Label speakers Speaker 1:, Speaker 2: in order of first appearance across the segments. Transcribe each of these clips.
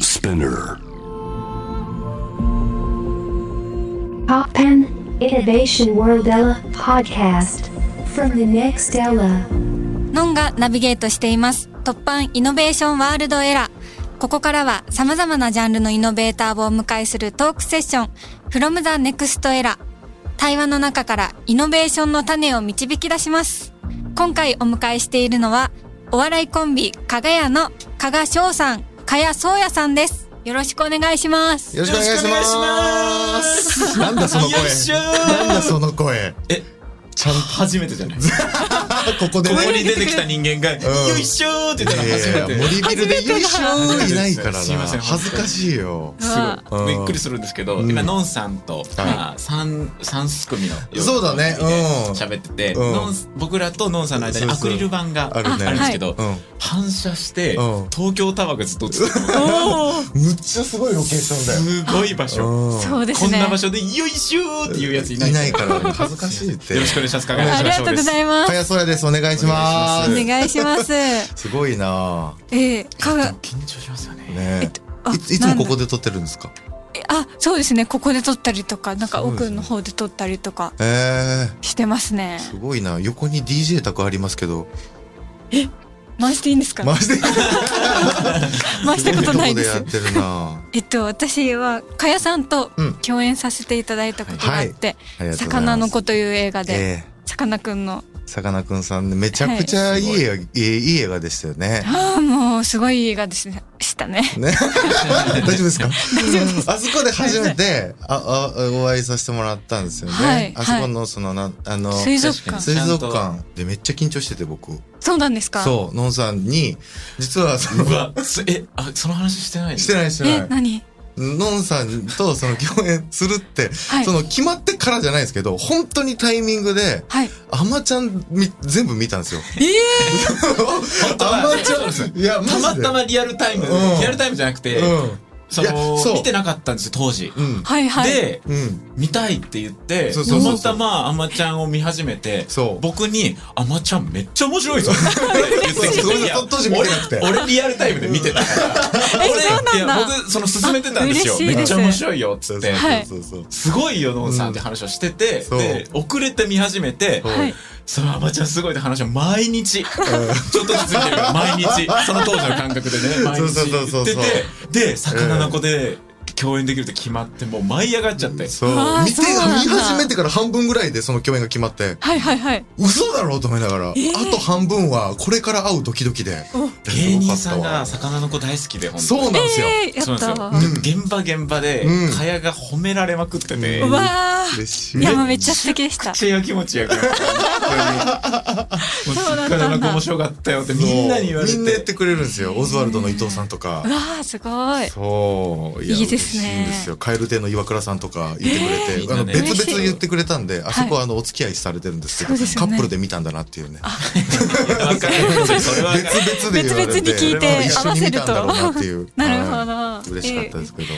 Speaker 1: Spinner.
Speaker 2: Poppen Innovation World Ella Podcast from the next Ella.
Speaker 3: ノンがナビゲートしています。突版イノベーションワールドエラー。ここからは様々なジャンルのイノベーターをお迎えするトークセッション、from the next era。対話の中からイノベーションの種を導き出します。今回お迎えしているのは、お笑いコンビ、かがやの加賀翔さん、加谷宗也さんです。よろしくお願いします。
Speaker 4: よろしくお願いします。なんだその声。
Speaker 5: よっしゃ
Speaker 4: なんだその声。
Speaker 5: え、
Speaker 4: ちゃん
Speaker 5: 初めてじゃない
Speaker 4: あここで
Speaker 5: こ
Speaker 4: ね
Speaker 5: こに出てきた人間が、
Speaker 4: ん
Speaker 5: よいしょーって言った
Speaker 4: い
Speaker 5: ら
Speaker 4: や
Speaker 5: 初
Speaker 4: いや
Speaker 5: めて。
Speaker 4: 森ビルで優勝いないからな。
Speaker 5: 初めてですすいません
Speaker 4: 恥ずかしいよ。
Speaker 5: すご
Speaker 4: うん
Speaker 5: いびっくりするんですけど、
Speaker 4: うん
Speaker 5: 今のんさんと、まあ、三三組のよ
Speaker 4: そうだねうん
Speaker 5: 喋ってて、
Speaker 4: うん
Speaker 5: のん僕らとのんさんの間にアクリル板が
Speaker 4: あ
Speaker 5: あ
Speaker 4: る
Speaker 5: る
Speaker 4: ね
Speaker 5: んですけど、
Speaker 4: うん
Speaker 5: 反射して、
Speaker 4: うん
Speaker 5: 東京タワーがずっと映ってる
Speaker 4: むっちゃすごいロケーションだよ。
Speaker 5: すごい場所、
Speaker 4: うん
Speaker 3: そうです
Speaker 5: こん
Speaker 3: ね。
Speaker 5: な場所でよいしょーっていうやついない
Speaker 4: いないから恥ずかしいって。
Speaker 5: よろしくお願いします加賀
Speaker 3: ありがとうございま
Speaker 4: か
Speaker 3: す。
Speaker 4: やそやです。お願いしま
Speaker 3: お
Speaker 4: す。
Speaker 3: 願いします。
Speaker 4: すごいな
Speaker 3: えー、かが、
Speaker 5: 緊張しますよね
Speaker 4: ぁね
Speaker 3: あ
Speaker 4: いついつもここで撮ってるんですか
Speaker 3: あ、そうですね。ここで撮ったりとか、なんか
Speaker 4: そうですね
Speaker 3: 奥の方で撮ったりとか
Speaker 4: ええ。
Speaker 3: してますね。
Speaker 4: すごいな横に DJ 宅ありますけ ど。
Speaker 3: 回していいんですか
Speaker 4: マジで。
Speaker 3: 回したことないです
Speaker 4: すごいとこでやってる な
Speaker 3: えっと、私は、かやさんと
Speaker 4: うん
Speaker 3: 共演させていただいたことがあって、
Speaker 4: ありがとうございます
Speaker 3: 魚の子という映画で、
Speaker 4: ええ。
Speaker 3: さかなクンの、
Speaker 4: さかなクンさんねめちゃくちゃいい映画、いい、いい映画でしたよね。
Speaker 3: ああ、もう、すごい映画ですね、したね。
Speaker 4: ね、大丈夫ですかあそこで初めてああお会いさせてもらったんですよね。
Speaker 3: はい
Speaker 4: あそこのそのなあの
Speaker 3: 水族
Speaker 5: 確かに
Speaker 3: 館。
Speaker 4: 水族館でめっちゃ緊張してて僕
Speaker 3: そうなんですか
Speaker 4: そうのんさんに実はその
Speaker 5: うわすえあその話してないの
Speaker 4: してないして
Speaker 3: え、
Speaker 4: ない
Speaker 3: 何
Speaker 4: のんさんとその共演するって、
Speaker 3: はい
Speaker 4: その決まってからじゃないですけど本当にタイミングで
Speaker 3: はい。
Speaker 4: あまちゃんみ全部見たんですよ。
Speaker 3: え
Speaker 5: 本当は
Speaker 4: あまちゃんいやマジ
Speaker 5: た
Speaker 4: で
Speaker 5: またまリアルタイム、
Speaker 4: うん
Speaker 5: リアルタイムじゃなくて、
Speaker 4: うん
Speaker 5: そ
Speaker 4: いや
Speaker 5: の
Speaker 4: そう
Speaker 5: 見てなかったんですよ当時、
Speaker 4: うん
Speaker 3: はいはい。、
Speaker 5: で
Speaker 4: うん
Speaker 5: 見たいって言って
Speaker 4: そうそうそう
Speaker 5: たまたまあまちゃんを見始めて
Speaker 4: そう
Speaker 5: 僕に「あまちゃんめっちゃ面白いぞ」って言って
Speaker 4: そ
Speaker 5: き
Speaker 4: うごめんなさ
Speaker 5: て
Speaker 4: い
Speaker 5: いや
Speaker 4: 当時見てなくて
Speaker 5: 俺俺リアルタイムで見てたから
Speaker 3: え、そうなん
Speaker 5: いや
Speaker 3: だ。
Speaker 5: 僕その勧めてたんですよ
Speaker 3: あ嬉しい
Speaker 5: め
Speaker 3: で
Speaker 5: っち
Speaker 3: す
Speaker 5: ゃ面白いよっつ
Speaker 4: そ
Speaker 5: っ
Speaker 4: う
Speaker 5: て。
Speaker 3: はい
Speaker 4: そうそうそう
Speaker 5: すごいよ、のんさんって話をしてて、
Speaker 4: うん
Speaker 5: で、遅れて見始めて、
Speaker 3: はい。
Speaker 5: そのアマちゃんすごいって話を毎日、ちょっとずつ見てるから毎 日、その当時の感覚でね、毎
Speaker 4: そう
Speaker 5: 日
Speaker 4: そ
Speaker 5: 言
Speaker 4: うそうそ
Speaker 5: っ
Speaker 4: う
Speaker 5: てて、で、魚の子で共演できるって決まって、もう舞い上がっちゃって。
Speaker 4: そう
Speaker 3: あー
Speaker 4: 見て
Speaker 3: そうなんだ
Speaker 4: 見始めてから半分ぐらいでその共演が決まって
Speaker 3: はいはいはい。
Speaker 4: 嘘だろうと思いながら、あと半分はこれから会うドキドキで
Speaker 5: 芸人さんが魚の子大好きで、本当
Speaker 4: そうなんですよ、
Speaker 3: えー、
Speaker 5: そ
Speaker 3: や
Speaker 5: う
Speaker 3: ったわ
Speaker 5: なん。ですよ。で現場現場で
Speaker 4: うん、
Speaker 5: かやが褒められまくってて、
Speaker 3: う
Speaker 5: めっ
Speaker 3: わー。
Speaker 4: 嬉しい
Speaker 3: いや、もうめっちゃ素敵でした。
Speaker 5: ちゃやきも ちやから。
Speaker 3: そうだったんだ
Speaker 5: 本当にもう魚の子面白かったよって
Speaker 4: そう
Speaker 5: みんなに言われ。
Speaker 4: みんな言っててくれるんですよオズワルドの伊藤さんとか
Speaker 3: うわー、すごい。
Speaker 4: そういや
Speaker 3: いいですね
Speaker 4: 嬉しいんですよカエル亭の岩倉さんとか言ってくれて、
Speaker 5: えー
Speaker 4: あの
Speaker 5: みんなね
Speaker 4: 別々言ってくれたんであそこ
Speaker 3: は
Speaker 4: はあのお付き合いされてるんですけど、
Speaker 3: そうですよ
Speaker 4: カ
Speaker 3: ね
Speaker 4: ップルで見たんだなっていうね
Speaker 5: わかるそれはわかる
Speaker 4: 別々で言われて
Speaker 3: 別々に聞いて
Speaker 4: 一緒に見たんだろうなっていう
Speaker 3: なるほど
Speaker 4: はい嬉しかったですけど、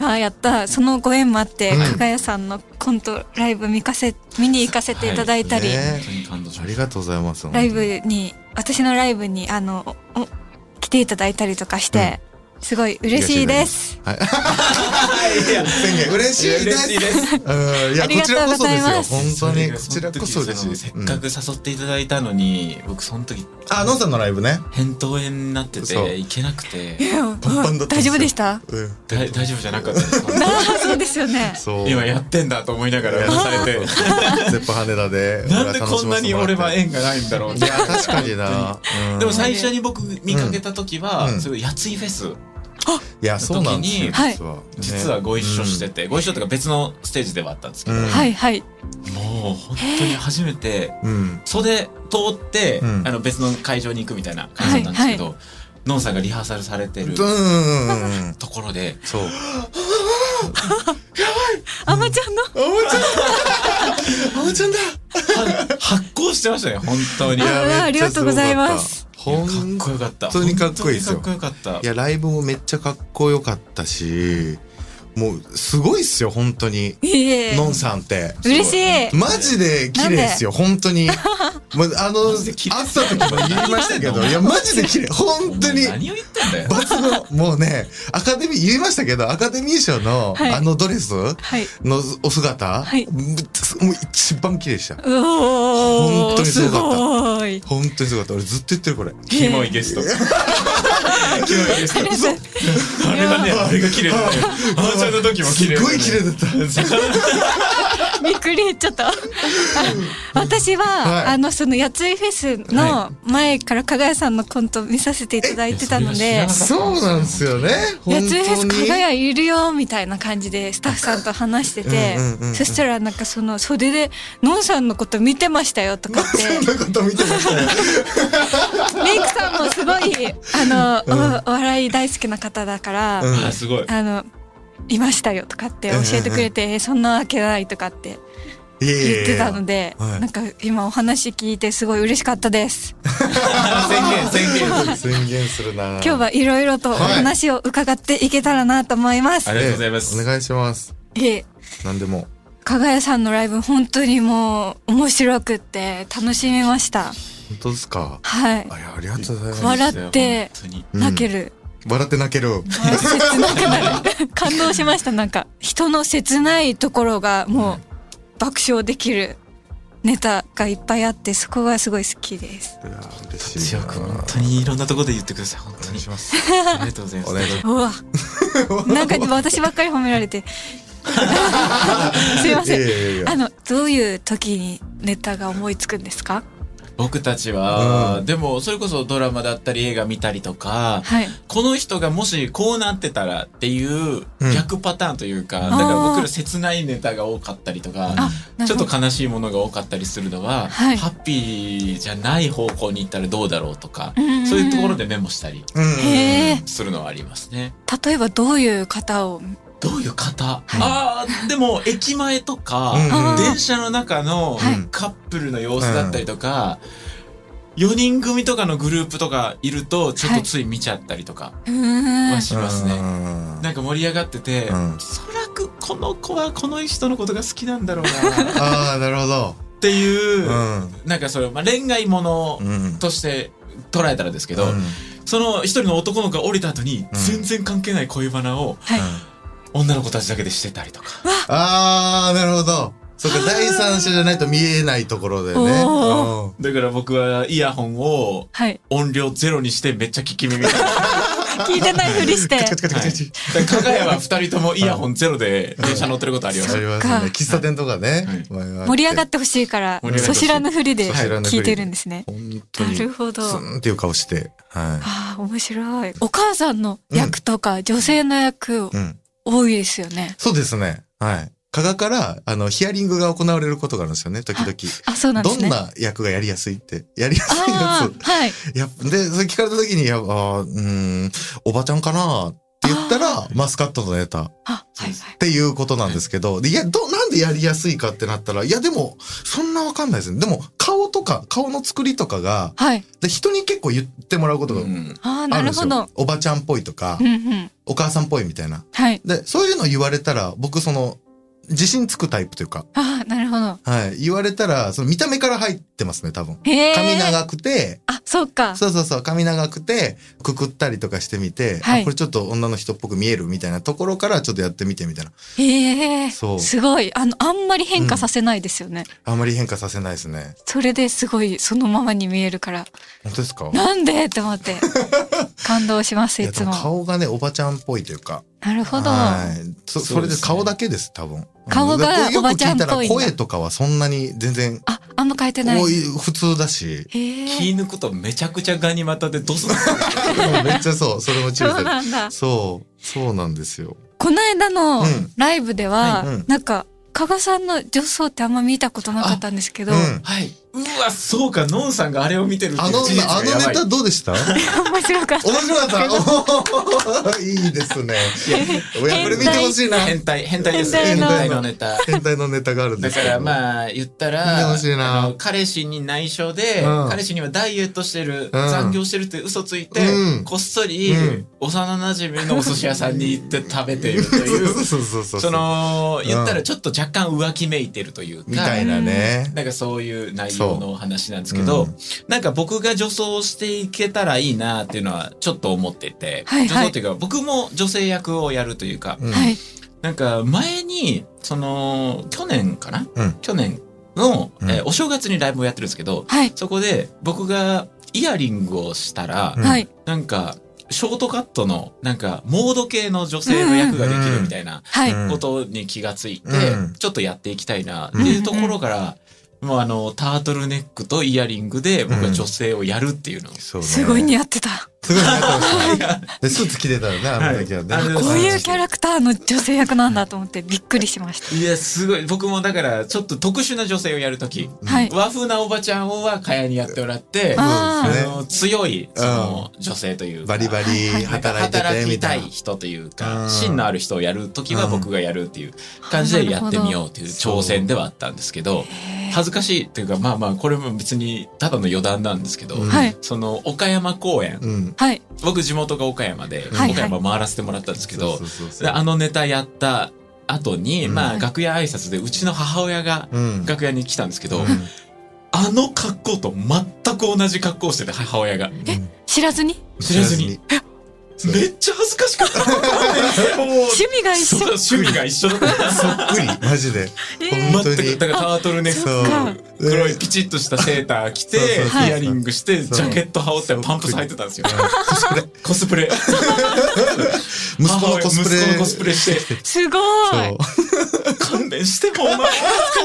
Speaker 3: ああやったそのご縁もあって、
Speaker 4: うん
Speaker 3: かがやさんのコントライブ見かせ見に行かせていただいたり、
Speaker 4: はいね
Speaker 5: 本当に感動し
Speaker 4: あ
Speaker 5: ま
Speaker 4: り
Speaker 5: し
Speaker 4: がとうございます
Speaker 3: ライブに私のライブにあのおお来ていただいたりとかして、すごい嬉しいです。
Speaker 5: た。いや
Speaker 4: 宣言嬉しいで
Speaker 5: 嬉
Speaker 4: す
Speaker 5: しいです。
Speaker 4: うんいや
Speaker 3: あ
Speaker 4: こ
Speaker 3: りが
Speaker 4: ちら
Speaker 3: とうご
Speaker 4: こそ
Speaker 3: ざ
Speaker 4: で
Speaker 3: います
Speaker 4: すよ本当にこ
Speaker 5: そ
Speaker 4: ち
Speaker 5: れ
Speaker 4: ら
Speaker 5: が
Speaker 4: こそ嬉しい
Speaker 5: その時せっかく誘っていただいたのに、僕その時
Speaker 4: うんあのんさんのライブね
Speaker 5: 扁桃炎になって
Speaker 4: そう
Speaker 5: て行けなくて
Speaker 3: いや
Speaker 4: パンパンだったん
Speaker 3: 大
Speaker 4: です
Speaker 3: 丈
Speaker 4: よ
Speaker 3: 夫でした？
Speaker 4: うん
Speaker 5: だ大丈夫じゃなかったです
Speaker 3: ああそうですよね。
Speaker 4: そう
Speaker 5: 今やってんだと思いながら
Speaker 4: そう
Speaker 5: されて
Speaker 4: ゼップ羽田で
Speaker 5: なんでこんなに俺は
Speaker 4: え
Speaker 5: 縁がないんだろうっ
Speaker 4: い
Speaker 5: て
Speaker 4: や確かになうん
Speaker 5: でも最初に僕見かけた時は、
Speaker 4: うん
Speaker 5: そういうやついフェス
Speaker 4: いやそうなんですよ
Speaker 5: 時に
Speaker 3: はい
Speaker 4: 実はね
Speaker 5: 実はご一緒してて、ご一緒というか別のステージではあったんですけど、
Speaker 4: うん
Speaker 3: はいはい
Speaker 5: もう本当に初めて
Speaker 4: うん
Speaker 5: 袖通って、
Speaker 4: うん
Speaker 5: あの別の会場に行くみたいな感じなんですけど、のんさんがリハーサルされて
Speaker 4: う
Speaker 5: る
Speaker 4: んうんうんうん
Speaker 5: ところで、
Speaker 4: そう
Speaker 3: あまちゃんの
Speaker 4: あおちゃん あおちゃんだ
Speaker 5: は 発光してましたね、本当に。
Speaker 4: い
Speaker 5: いや
Speaker 4: や
Speaker 3: あ
Speaker 4: めっちゃ
Speaker 3: ありがと
Speaker 4: すごか
Speaker 3: うご
Speaker 4: った
Speaker 3: ざいます
Speaker 4: ほん
Speaker 5: かっこよかった。
Speaker 4: 本当にかっこいいですよ
Speaker 5: 本当にかっこよか
Speaker 4: い。
Speaker 5: った
Speaker 4: やライブもめっちゃかっこよかったしもうすごいっすよ本当に
Speaker 3: いえ
Speaker 4: のんさんって
Speaker 3: 嬉しい
Speaker 4: マジで綺麗ですよ本当にまあの
Speaker 5: マ
Speaker 4: 会
Speaker 5: ジで
Speaker 4: っ
Speaker 5: 綺
Speaker 4: た
Speaker 5: 麗
Speaker 4: 時も言いましたけどいやマジで綺麗本当に
Speaker 5: 何を言ってんだよ
Speaker 4: 抜群もうねアカデミー言いましたけどアカデミー賞の
Speaker 3: はい
Speaker 4: あのドレス
Speaker 3: はい
Speaker 4: のお姿
Speaker 3: はい
Speaker 4: むつもう一番綺麗でした
Speaker 3: うお
Speaker 4: 本当にすごかった
Speaker 3: すごい
Speaker 4: 本当にすごかった俺ずっと言ってるこれ
Speaker 5: キモい ゲストキモいゲスト嘘あれだねあれが綺麗だねあのちゃんの時も綺麗
Speaker 4: すごい綺麗だった
Speaker 3: びっくりちょっとあ私は、
Speaker 4: はい
Speaker 3: あのそのやついフェスの前から加賀谷さんのコント見させていただいてたので
Speaker 5: え
Speaker 4: そうなんですよね
Speaker 3: や
Speaker 4: 本
Speaker 3: ついフェス
Speaker 4: 当
Speaker 3: 加
Speaker 4: に
Speaker 3: 賀谷いるよみたいな感じでスタッフさんと話してて
Speaker 4: うんうんうんうん
Speaker 3: そしたらなんかその袖で「のんさんのこと見てましたよ」とかって
Speaker 4: そんなこと見てましたよ
Speaker 3: メイクさんもすごい あの、おお笑い大好きな方だから、
Speaker 4: うん
Speaker 5: あすごい
Speaker 3: あのいましたよとかって教えてくれて、えそんなわけないとかって
Speaker 4: いやい やい
Speaker 3: 言
Speaker 4: や
Speaker 3: ってたので、
Speaker 4: はい
Speaker 3: なんか今お話聞いてすごい嬉しかったです。
Speaker 5: 宣言宣言
Speaker 4: 宣言するな
Speaker 3: 今日はいろいろとお話を伺っていけたらなと思います。
Speaker 5: ありがとうございます
Speaker 4: ええお願いします
Speaker 3: いえ
Speaker 4: 何でも
Speaker 3: 加賀谷さんのライブ本当にもう面白くって楽しみました。
Speaker 4: 本当ですか
Speaker 3: はい
Speaker 4: あ。いやありがとうございます
Speaker 3: 笑って
Speaker 5: 本当に
Speaker 4: うん
Speaker 3: 泣ける。
Speaker 4: 笑って泣ける
Speaker 3: 切なくなる。感動しました。なんか人の切ないところがもう爆笑できるネタがいっぱいあってそこがすごい好きです。
Speaker 4: いや嬉しい
Speaker 5: 強
Speaker 4: な
Speaker 5: く本当にいろんなところで言ってください本当にしますありがとうございます
Speaker 4: お願いし
Speaker 3: う わ。なんか私ばっかり褒められて。 すいません。
Speaker 4: いやいやいや
Speaker 3: あのどういう時にネタが思いつくんですか？
Speaker 5: 僕たちは、
Speaker 4: うん
Speaker 5: でもそれこそドラマだったり映画見たりとか、
Speaker 3: はい。
Speaker 5: この人がもしこうなってたらっていう
Speaker 4: うん
Speaker 5: 逆パターンというか、だから僕ら切ないネタが多かったりとか
Speaker 3: あ、な
Speaker 5: ち
Speaker 3: る
Speaker 5: ょっ
Speaker 3: ほ
Speaker 5: と
Speaker 3: ど。
Speaker 5: 悲しいものが多かったりするのは、
Speaker 3: はい
Speaker 5: ハッピーじゃない方向に行ったらどうだろうとか、
Speaker 3: うんうんうん
Speaker 5: そういうところでメモしたり
Speaker 4: うん
Speaker 3: へえ。
Speaker 5: するのはありますね。
Speaker 3: 例えばどういう方を
Speaker 5: どういう方、ああ、でも駅前とか、
Speaker 4: うん
Speaker 5: 電車の中の
Speaker 3: はい
Speaker 5: カップルの様子だったりとか、4人組とかのグループとかいるとちょっとつい見ちゃったりとか
Speaker 3: うーん
Speaker 5: はしますね。
Speaker 4: うん
Speaker 5: なんか盛り上がってて、
Speaker 4: う
Speaker 5: お
Speaker 4: ん
Speaker 5: そらくこの子はこの人のことが好きなんだろうな っ
Speaker 4: ああなるほど
Speaker 5: ていう、
Speaker 4: うん
Speaker 5: なんかそれ、まあ、恋愛もの
Speaker 4: うん
Speaker 5: として捉えたらですけど、
Speaker 4: うん
Speaker 5: その一人の男の子が降りた後に
Speaker 4: うん
Speaker 5: 全然関係ない恋バナを
Speaker 3: はい。
Speaker 5: 女の子たちだけでしてたりとか。
Speaker 4: ああなるほどそっか第三者じゃないと見えないところでね
Speaker 3: お
Speaker 5: だから僕はイヤホンを
Speaker 3: はい。
Speaker 5: 音量ゼロにしてめっちゃ聞き耳たい
Speaker 3: 聞いてないふり して。
Speaker 4: カチカチカチカチ
Speaker 5: だから加賀谷は二人ともイヤホンゼロで電車乗ってることありま
Speaker 4: あ
Speaker 5: す
Speaker 4: りますね
Speaker 3: そっか
Speaker 4: 喫茶店とかね
Speaker 5: はい
Speaker 4: 盛
Speaker 3: 盛り上がってほしいから
Speaker 5: 盛り上がって、ほ
Speaker 3: そ
Speaker 5: しい
Speaker 3: ちらのふりで
Speaker 4: そちらのふりで
Speaker 3: 聞いてるんですね。
Speaker 4: 本当
Speaker 3: な
Speaker 4: に
Speaker 3: るほど。
Speaker 4: ツンっていう顔しては
Speaker 3: ああ、面白い。お母さんの役とか、女性の役
Speaker 4: い、う、ん、
Speaker 3: 多いですよね。
Speaker 4: そうですねはい加賀からあのヒアリングが行われることがあるんですよね時々
Speaker 3: あ、そうなんで
Speaker 4: ど
Speaker 3: す
Speaker 4: ん
Speaker 3: ね。
Speaker 4: な役がやりやすいって やりやすいや
Speaker 3: ああ、はい。
Speaker 4: つやっぱでそれ聞かれた時にいやあーうーんおばちゃんかなって言ったらマスカットのネタ
Speaker 3: あ、はいはい。
Speaker 4: っていうことなんですけど、でいや、ど、なんでやりやすいかってなったら、いや、でも、そんなわかんないですね。でも、顔とか、顔の作りとかが、
Speaker 3: はい。
Speaker 4: で人に結構言ってもらうことが
Speaker 5: う
Speaker 4: あ
Speaker 5: ん
Speaker 3: ああ、な
Speaker 4: るん
Speaker 3: る
Speaker 4: です
Speaker 3: ほ
Speaker 4: よ。
Speaker 3: ど。
Speaker 4: おばちゃんっぽいとか、
Speaker 3: うんうん。
Speaker 4: お母さんっぽいみたいな。
Speaker 3: はい。
Speaker 4: で、そういうの言われたら、僕、その、自信つくタイプというか、
Speaker 3: ああ、なるほど。
Speaker 4: はい、言われたら、その見た目から入ってますね、多分。
Speaker 3: へえ。
Speaker 4: 髪長くて、
Speaker 3: あ、そうか。
Speaker 4: そうそうそう、髪長くて、くくったりとかしてみて、
Speaker 3: はい
Speaker 4: あこれちょっと女の人っぽく見えるみたいなところからちょっとやってみてみたいな。
Speaker 3: へえ。
Speaker 4: そう
Speaker 3: すごい。あの、あんまり変化させないですよね。
Speaker 4: あんまり変化させないですね。
Speaker 3: それですごい、そのままに見えるから。
Speaker 4: 本当ですか
Speaker 3: なんでって思 って。感動します、
Speaker 4: い
Speaker 3: い
Speaker 4: や
Speaker 3: つ
Speaker 4: でも
Speaker 3: も。
Speaker 4: 顔がねおばちゃんっぽいというか
Speaker 3: なるほど。
Speaker 4: はいそ
Speaker 5: そ
Speaker 4: そうれ
Speaker 5: ですね
Speaker 4: で顔だけです多分
Speaker 3: 顔がおばちゃんっぽいんだ
Speaker 4: よく聞たら声とかはそんなに全然
Speaker 3: あ、あんま変えてない
Speaker 4: お。い普通 だし
Speaker 3: へ
Speaker 5: 気
Speaker 3: え。
Speaker 5: 抜くとめちゃくちゃガニ股でドスドス
Speaker 4: めっちゃそうそれも注
Speaker 3: そ
Speaker 4: 意さ
Speaker 3: う
Speaker 4: れて
Speaker 3: なんだ。
Speaker 4: そうそうなんですよ
Speaker 3: この間の
Speaker 4: うん
Speaker 3: ライブでは、
Speaker 4: はいうん
Speaker 3: なんか、加賀さんの女装ってあんま見たことなかったんですけど、
Speaker 4: うん
Speaker 5: はいうわ、そうか、ノンさんがあれを見てるってい
Speaker 4: あ
Speaker 5: う
Speaker 4: の、
Speaker 5: 事実が
Speaker 4: あの
Speaker 5: やば
Speaker 4: ネ
Speaker 5: い
Speaker 4: タどうでした面
Speaker 3: 面白かった。
Speaker 4: 白かった。おーいいですね。いや、これ見てほしいな。
Speaker 5: 変態、変態です。
Speaker 3: 変
Speaker 5: 変
Speaker 4: 態
Speaker 5: 態
Speaker 4: の
Speaker 5: のネタ。
Speaker 4: 変態のネタがあるんで
Speaker 5: だ
Speaker 4: すけ
Speaker 5: か
Speaker 4: ど。
Speaker 5: らまあ言った
Speaker 4: 見て
Speaker 5: ら
Speaker 4: ほしいな
Speaker 5: あの彼氏に内緒で、
Speaker 4: うん
Speaker 5: 彼氏にはダイエットしてる、
Speaker 4: うん
Speaker 5: 残業してるって嘘ついて、
Speaker 4: うん
Speaker 5: こっそり、
Speaker 4: うん
Speaker 5: 幼馴染のお寿司屋さんに行って食べていると
Speaker 4: そう
Speaker 5: いう
Speaker 4: そうそうそう。
Speaker 5: そ、の
Speaker 4: ん
Speaker 5: 言ったらちょっと若干浮気めいてるというか
Speaker 4: みたいなね。
Speaker 5: なんかそういう内容のお話なんですけど、
Speaker 4: そううん
Speaker 5: なんか僕が女装していけたらいいなっていうのはちょっと思ってて、
Speaker 3: はいはい
Speaker 5: 女装っていうか僕も女性役をやるというか、
Speaker 4: うん
Speaker 3: はい。
Speaker 5: なんか前にその去年かな、
Speaker 4: うん
Speaker 5: 去年の、
Speaker 4: うん
Speaker 5: えーお正月にライブをやってるんですけど
Speaker 3: はい。
Speaker 5: そこで僕がイヤリングをしたら、
Speaker 4: うん
Speaker 3: はい。
Speaker 5: なんかショートカットのなんかモード系の女性の役ができるみたいな
Speaker 3: はい。
Speaker 4: うん
Speaker 5: ことに気がついて、
Speaker 4: うん
Speaker 5: ちょっとやっていきたいなっていうところから、もうあのタートルネックとイヤリングで僕は女性をやるっていうのを、
Speaker 4: そうね
Speaker 3: すごい。似合ってた。
Speaker 4: すごい似合ってましたね。で、スーツ着てたよね、あの時はね。
Speaker 5: はいあの
Speaker 3: こういうキャ
Speaker 4: ラ。
Speaker 3: ラクターの女性役なんだと思ってびっくりしました。
Speaker 5: いやすごい僕もだからちょっと特殊な女性をやるとき
Speaker 3: はい。
Speaker 5: 和風なおばちゃんをはかやにやってもらって、
Speaker 3: あ
Speaker 5: あ
Speaker 4: ね
Speaker 5: の強いその女性というか
Speaker 4: バリバリ
Speaker 5: なんか
Speaker 4: 働いてて、
Speaker 5: 働
Speaker 4: み
Speaker 5: き
Speaker 4: た
Speaker 5: た
Speaker 4: い
Speaker 5: い
Speaker 4: な。
Speaker 5: 人という
Speaker 4: う
Speaker 5: か
Speaker 4: ん
Speaker 5: 芯のある人をやる時は僕がやるっていう
Speaker 3: あ
Speaker 5: 感じでやって
Speaker 3: な
Speaker 5: み
Speaker 3: るほ
Speaker 5: ようという挑戦ではあったんですけど恥ずかしいというかまあまあこれも別にただの余談なんですけど、
Speaker 4: うん
Speaker 3: どはい。
Speaker 5: その岡山公演
Speaker 4: うん。
Speaker 3: はい。
Speaker 5: 僕地元が岡山で、
Speaker 3: はい
Speaker 5: 岡山回らせてもらったんですけど、
Speaker 4: そうそうそう
Speaker 5: であのネタやった後に、
Speaker 4: うん
Speaker 5: まあ楽屋挨拶でうちの母親が
Speaker 4: うん。
Speaker 5: 楽屋に来たんですけど、
Speaker 4: うん
Speaker 5: あの格好と全く同じ格好をしてて母親が。
Speaker 3: え知らずに
Speaker 5: 知らずに。
Speaker 4: そう
Speaker 5: めっちゃ恥ずかしか った。もう
Speaker 3: 趣味が一緒。
Speaker 5: そう趣味が一緒だ った。
Speaker 4: そっくり。マジで。
Speaker 3: え
Speaker 4: 本当に
Speaker 5: 全くだからタートルネック
Speaker 4: そう
Speaker 3: か
Speaker 5: 黒いピチッとしたセーター着て
Speaker 4: そうそう
Speaker 3: そう
Speaker 5: イヤリングしてジ
Speaker 4: そう
Speaker 5: ャケット羽織って
Speaker 4: そう
Speaker 5: パンプス履いてたんですよ
Speaker 4: それ
Speaker 5: コスプレ
Speaker 4: 息子のコスプレ。
Speaker 5: 母親息子のコスプレして
Speaker 3: すごい。
Speaker 5: 勘弁してもうお前恥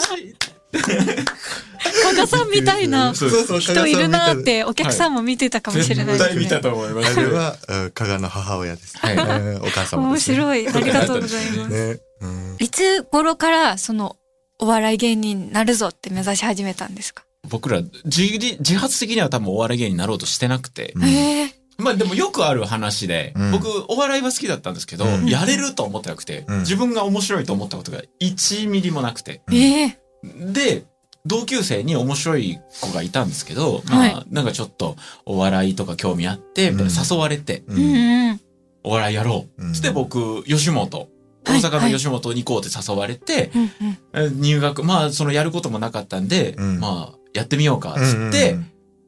Speaker 5: ずかしい
Speaker 3: 加賀さんみたいな
Speaker 4: そ
Speaker 5: そ
Speaker 4: うう
Speaker 5: です
Speaker 4: そう、
Speaker 3: 人いるなーっ
Speaker 4: 加
Speaker 3: てお客さんも見てたかもしれないで
Speaker 5: 絶対
Speaker 3: す
Speaker 5: 見た
Speaker 3: ね。
Speaker 5: と思いま
Speaker 4: 賀
Speaker 5: す
Speaker 4: さん見たら。あれは、うん加賀の母親です。
Speaker 5: はい
Speaker 4: うんお母様
Speaker 3: 面
Speaker 4: ですね。
Speaker 3: 白い。ありがとうございます。
Speaker 4: ね。うん
Speaker 3: いつ頃からそのお笑い芸人になるぞって目指し始めたんですか、
Speaker 5: 僕ら自力自発的には多分お笑い芸人になろうとしてなくて
Speaker 4: うん
Speaker 3: へえ
Speaker 5: まあでもよくある話で、
Speaker 4: うん
Speaker 5: 僕お笑いは好きだったんですけど、
Speaker 4: うん
Speaker 5: やれると思ってなくて、
Speaker 4: うん
Speaker 5: 自分が面白いと思ったことが1ミリもなくて。
Speaker 4: うん
Speaker 3: ええ
Speaker 5: で、同級生に面白い子がいたんですけど、
Speaker 3: はい
Speaker 5: まあなんかちょっとお笑いとか興味あって、みたいな
Speaker 4: うん
Speaker 5: 誘われて、
Speaker 4: う
Speaker 3: うん
Speaker 4: ん
Speaker 3: うん。
Speaker 5: お笑いやろう。
Speaker 4: うん
Speaker 5: つって僕、吉本。
Speaker 3: は
Speaker 5: 大
Speaker 3: い
Speaker 5: 阪の吉本に行こうって誘われて、
Speaker 3: うんうん
Speaker 5: え入学、まあそのやることもなかったんで、
Speaker 4: うん
Speaker 5: まあやってみようか、つって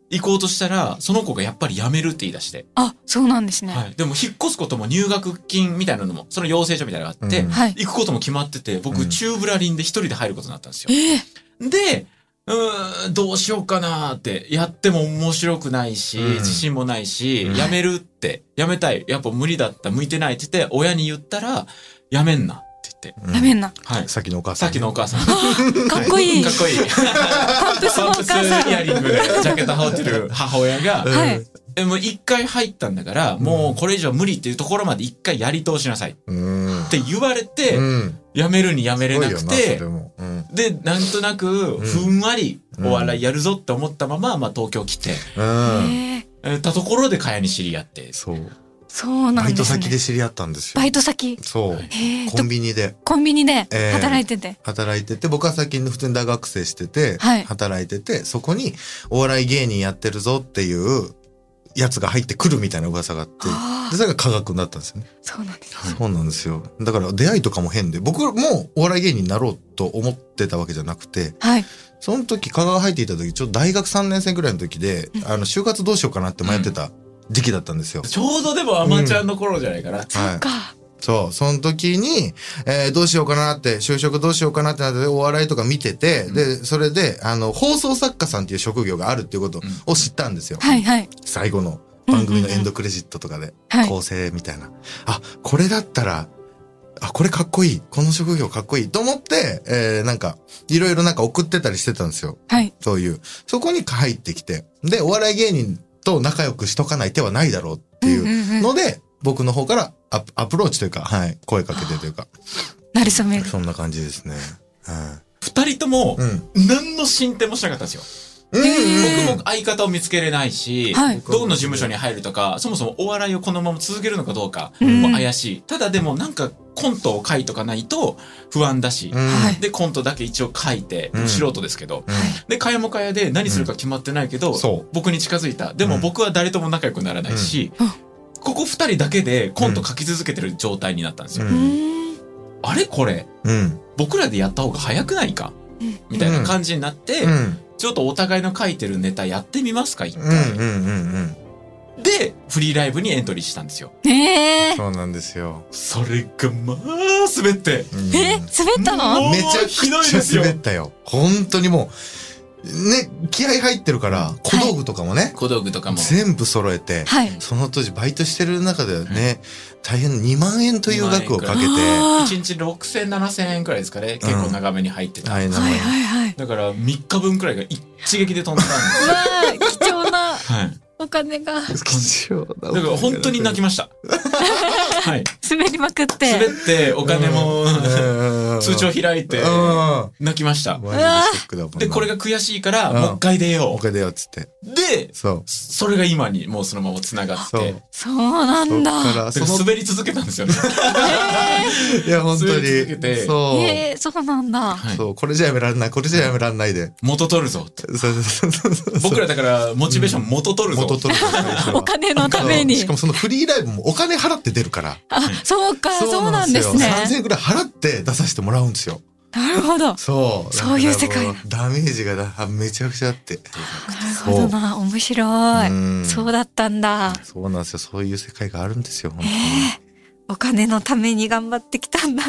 Speaker 5: 行こうとしたら、その子がやっぱり辞めるって言い出して、
Speaker 3: あ、そうなんですね。
Speaker 5: はい、でも引っ越すことも入学金みたいなのもその養成所みたいなのがあって、
Speaker 4: うん
Speaker 3: はい。
Speaker 5: 行くことも決まってて
Speaker 4: う
Speaker 5: 僕
Speaker 4: ん
Speaker 5: 中ブラリンで一人で入ることになったんですよ。
Speaker 3: ええ
Speaker 5: でうーんどうしようかなーってやっても面白くないし、
Speaker 4: うん
Speaker 5: 自信もないし、
Speaker 4: うん
Speaker 5: やめるってやめたいやっぱ無理だった向いてないって言って親に言ったらやめんなって言って、
Speaker 4: うん
Speaker 3: やめんな。か
Speaker 5: はい、
Speaker 4: さっきのお母さ
Speaker 5: さ
Speaker 4: ん。
Speaker 5: っきのお母さん
Speaker 3: っこいい。
Speaker 5: かっ こいい
Speaker 3: パンプスのお
Speaker 5: パ
Speaker 3: 母
Speaker 5: ンプス
Speaker 3: さん。
Speaker 5: イヤリングでジャケット羽織ってる母親が
Speaker 4: うん
Speaker 3: はい。
Speaker 5: えもう一回入ったんだから、もうこれ以上無理っていうところまで一回やり通しなさいっ
Speaker 4: うん。
Speaker 5: て言われて、
Speaker 4: うん。
Speaker 5: やめるにやめれなく
Speaker 4: すごいよな
Speaker 5: て
Speaker 4: それ、もうん
Speaker 5: で、なんとなく、
Speaker 4: ん
Speaker 5: ふんわり
Speaker 4: うん
Speaker 5: お笑いやるぞって思ったまま、まあ東京来て、
Speaker 4: うん。
Speaker 3: ええ
Speaker 5: えーたところでかやに知り合って、
Speaker 4: そう。
Speaker 3: そうなん
Speaker 4: バ
Speaker 3: ですね。
Speaker 4: イト先で。知り合ったんですよ
Speaker 3: バ。イト先。
Speaker 4: そう
Speaker 5: はい。
Speaker 3: ええ
Speaker 4: コ
Speaker 3: と
Speaker 4: ンビニで
Speaker 3: コンビニで
Speaker 4: ええ
Speaker 3: 働いてて。
Speaker 4: 働いてて、僕は最近普通に大学生してて、
Speaker 3: はい
Speaker 4: 働いてて、そこにお笑い芸人やってるぞっていうやつが入ってくるみたいな噂があって、
Speaker 3: あ
Speaker 4: で、それが科学になったんですよね。
Speaker 3: あ、そうなんですね。
Speaker 4: そうなんですよ。だから出会いとかも変で、僕もお笑い芸人になろうと思ってたわけじゃなくて、
Speaker 3: はい。
Speaker 4: その時、香川入っていた時、ちょっと大学3年生ぐらいの時で、あの、就活どうしようかなって迷ってた時期だったんですよ。
Speaker 5: ちょうどでもアマちゃんの頃じゃないかな。
Speaker 4: はい。
Speaker 3: か。
Speaker 4: そう、その時に、えーどうしようかなって、就職どうしようかなってなって、お笑いとか見てて、で、それで、あの、放送作家さんっていう職業があるっていうことを知ったんですよ。
Speaker 3: はいはい。
Speaker 4: 最後の番組のエンドクレジットとかで、
Speaker 3: はい。
Speaker 4: 構成みたいな。あ、これだったら、あ、これかっこいい。この職業かっこいい。と思って、えーなんか、いろいろなんか送ってたりしてたんですよ。
Speaker 3: はい。
Speaker 4: そういう。そこに入ってきて、で、お笑い芸人と仲良くしとかない手はないだろうっていう。
Speaker 3: んんん
Speaker 4: ので、僕の方からアプアプローチというか、はい、声かけてというか、
Speaker 3: なりそめる。
Speaker 4: そんな感じですね。は
Speaker 5: 二人とも
Speaker 4: い。、うん。
Speaker 5: 何の進展もしなかったんですよ。僕も相方を見つけれないし、
Speaker 3: はい
Speaker 5: どの事務所に入るとか、そもそもお笑いをこのまま続けるのかどうか、もう怪しい。ただでもなんかコントを書いとかないと不安だし、
Speaker 3: はい
Speaker 5: で、コントだけ一応書いて、
Speaker 4: うん
Speaker 5: 素人ですけど、
Speaker 3: はい
Speaker 5: で、かやもかやで何するか決まってないけど、
Speaker 4: うんそう
Speaker 5: 僕に近づいた。でも僕は誰とも仲良くならないし、
Speaker 3: うん
Speaker 5: ここ二人だけでコント書き続けてる状態になったんですよ。
Speaker 4: う
Speaker 3: うんん
Speaker 5: あれこれ、
Speaker 4: うん
Speaker 5: 僕らでやった方が早くないか
Speaker 3: うん
Speaker 5: みたいな感じになって、
Speaker 4: うん
Speaker 5: ちょっとお互いの書いてるネタやってみますか一
Speaker 4: う
Speaker 5: 回、
Speaker 4: んうんうんうん
Speaker 5: で、フリーライブにエントリーしたんですよ。
Speaker 3: えー
Speaker 4: そうなんですよ。
Speaker 5: それがまあ、滑って。
Speaker 4: うん
Speaker 3: え滑ったの
Speaker 5: もう
Speaker 4: めちゃ
Speaker 5: ひど
Speaker 4: く
Speaker 5: い
Speaker 4: ちゃ
Speaker 5: ですよ
Speaker 4: 滑ったよ。本当にもう、ね、気合入ってるから、小道具とかもね、
Speaker 5: 小道具とかも。
Speaker 4: 全部揃えて、
Speaker 3: はい。
Speaker 4: その当時バイトしてる中ではね、大変2万円という額をかけて、は
Speaker 3: あ
Speaker 5: 1日6000、7000円くらいですかね。結構長めに入ってた。
Speaker 4: い、
Speaker 3: ー
Speaker 4: 名
Speaker 3: はい
Speaker 4: 前。
Speaker 3: はいはい。
Speaker 5: だから3日分くらいが一撃で飛ん だんです。
Speaker 3: まあ、貴重な
Speaker 5: はい。
Speaker 3: お金が
Speaker 5: だから本当に泣きました。はい。
Speaker 3: 滑りまくって。
Speaker 5: 滑って、お金も、通帳開いて
Speaker 4: う、ん。
Speaker 5: 泣きました。
Speaker 4: マジでショックだもんな
Speaker 5: で、これが悔しいから、
Speaker 4: うん
Speaker 5: もう一回出よ
Speaker 4: おかげだよっつって。
Speaker 5: う。で、
Speaker 4: そう。
Speaker 5: それが今にもうそのまま繋がって。
Speaker 4: そう
Speaker 5: だ
Speaker 3: そうなんだ。
Speaker 4: そっから、そ
Speaker 5: から
Speaker 4: の、
Speaker 5: 滑り続けたんですよね。
Speaker 4: いや、本当
Speaker 5: 滑り続け
Speaker 4: に。
Speaker 5: て
Speaker 4: そう。
Speaker 3: えー、そうなんだ。
Speaker 5: はい
Speaker 4: そう、これじゃやめらんない、これじゃやめらんないで。
Speaker 5: 元取るぞって。
Speaker 4: そうそうそうそう。
Speaker 5: 僕らだから、モチベーション元取るぞ。
Speaker 4: 元取るんですよ最初は
Speaker 3: お金のために
Speaker 4: そうしかもそのフリーライブもお金払って出るから。
Speaker 3: あ、そうか、そうなんです
Speaker 4: よ3000
Speaker 3: ね。
Speaker 4: 円ぐらい払って出させてもらうんですよ。
Speaker 3: なるほど。な
Speaker 4: そう。
Speaker 3: そういう世界
Speaker 4: だからもうダメージがだめちゃくちゃあって。
Speaker 3: るほどな。面白
Speaker 4: うん
Speaker 3: い。そうだったんだ。
Speaker 4: そうなんですよ。そういう世界があるんですよ。本当に
Speaker 3: お金のために頑張ってきた んだ。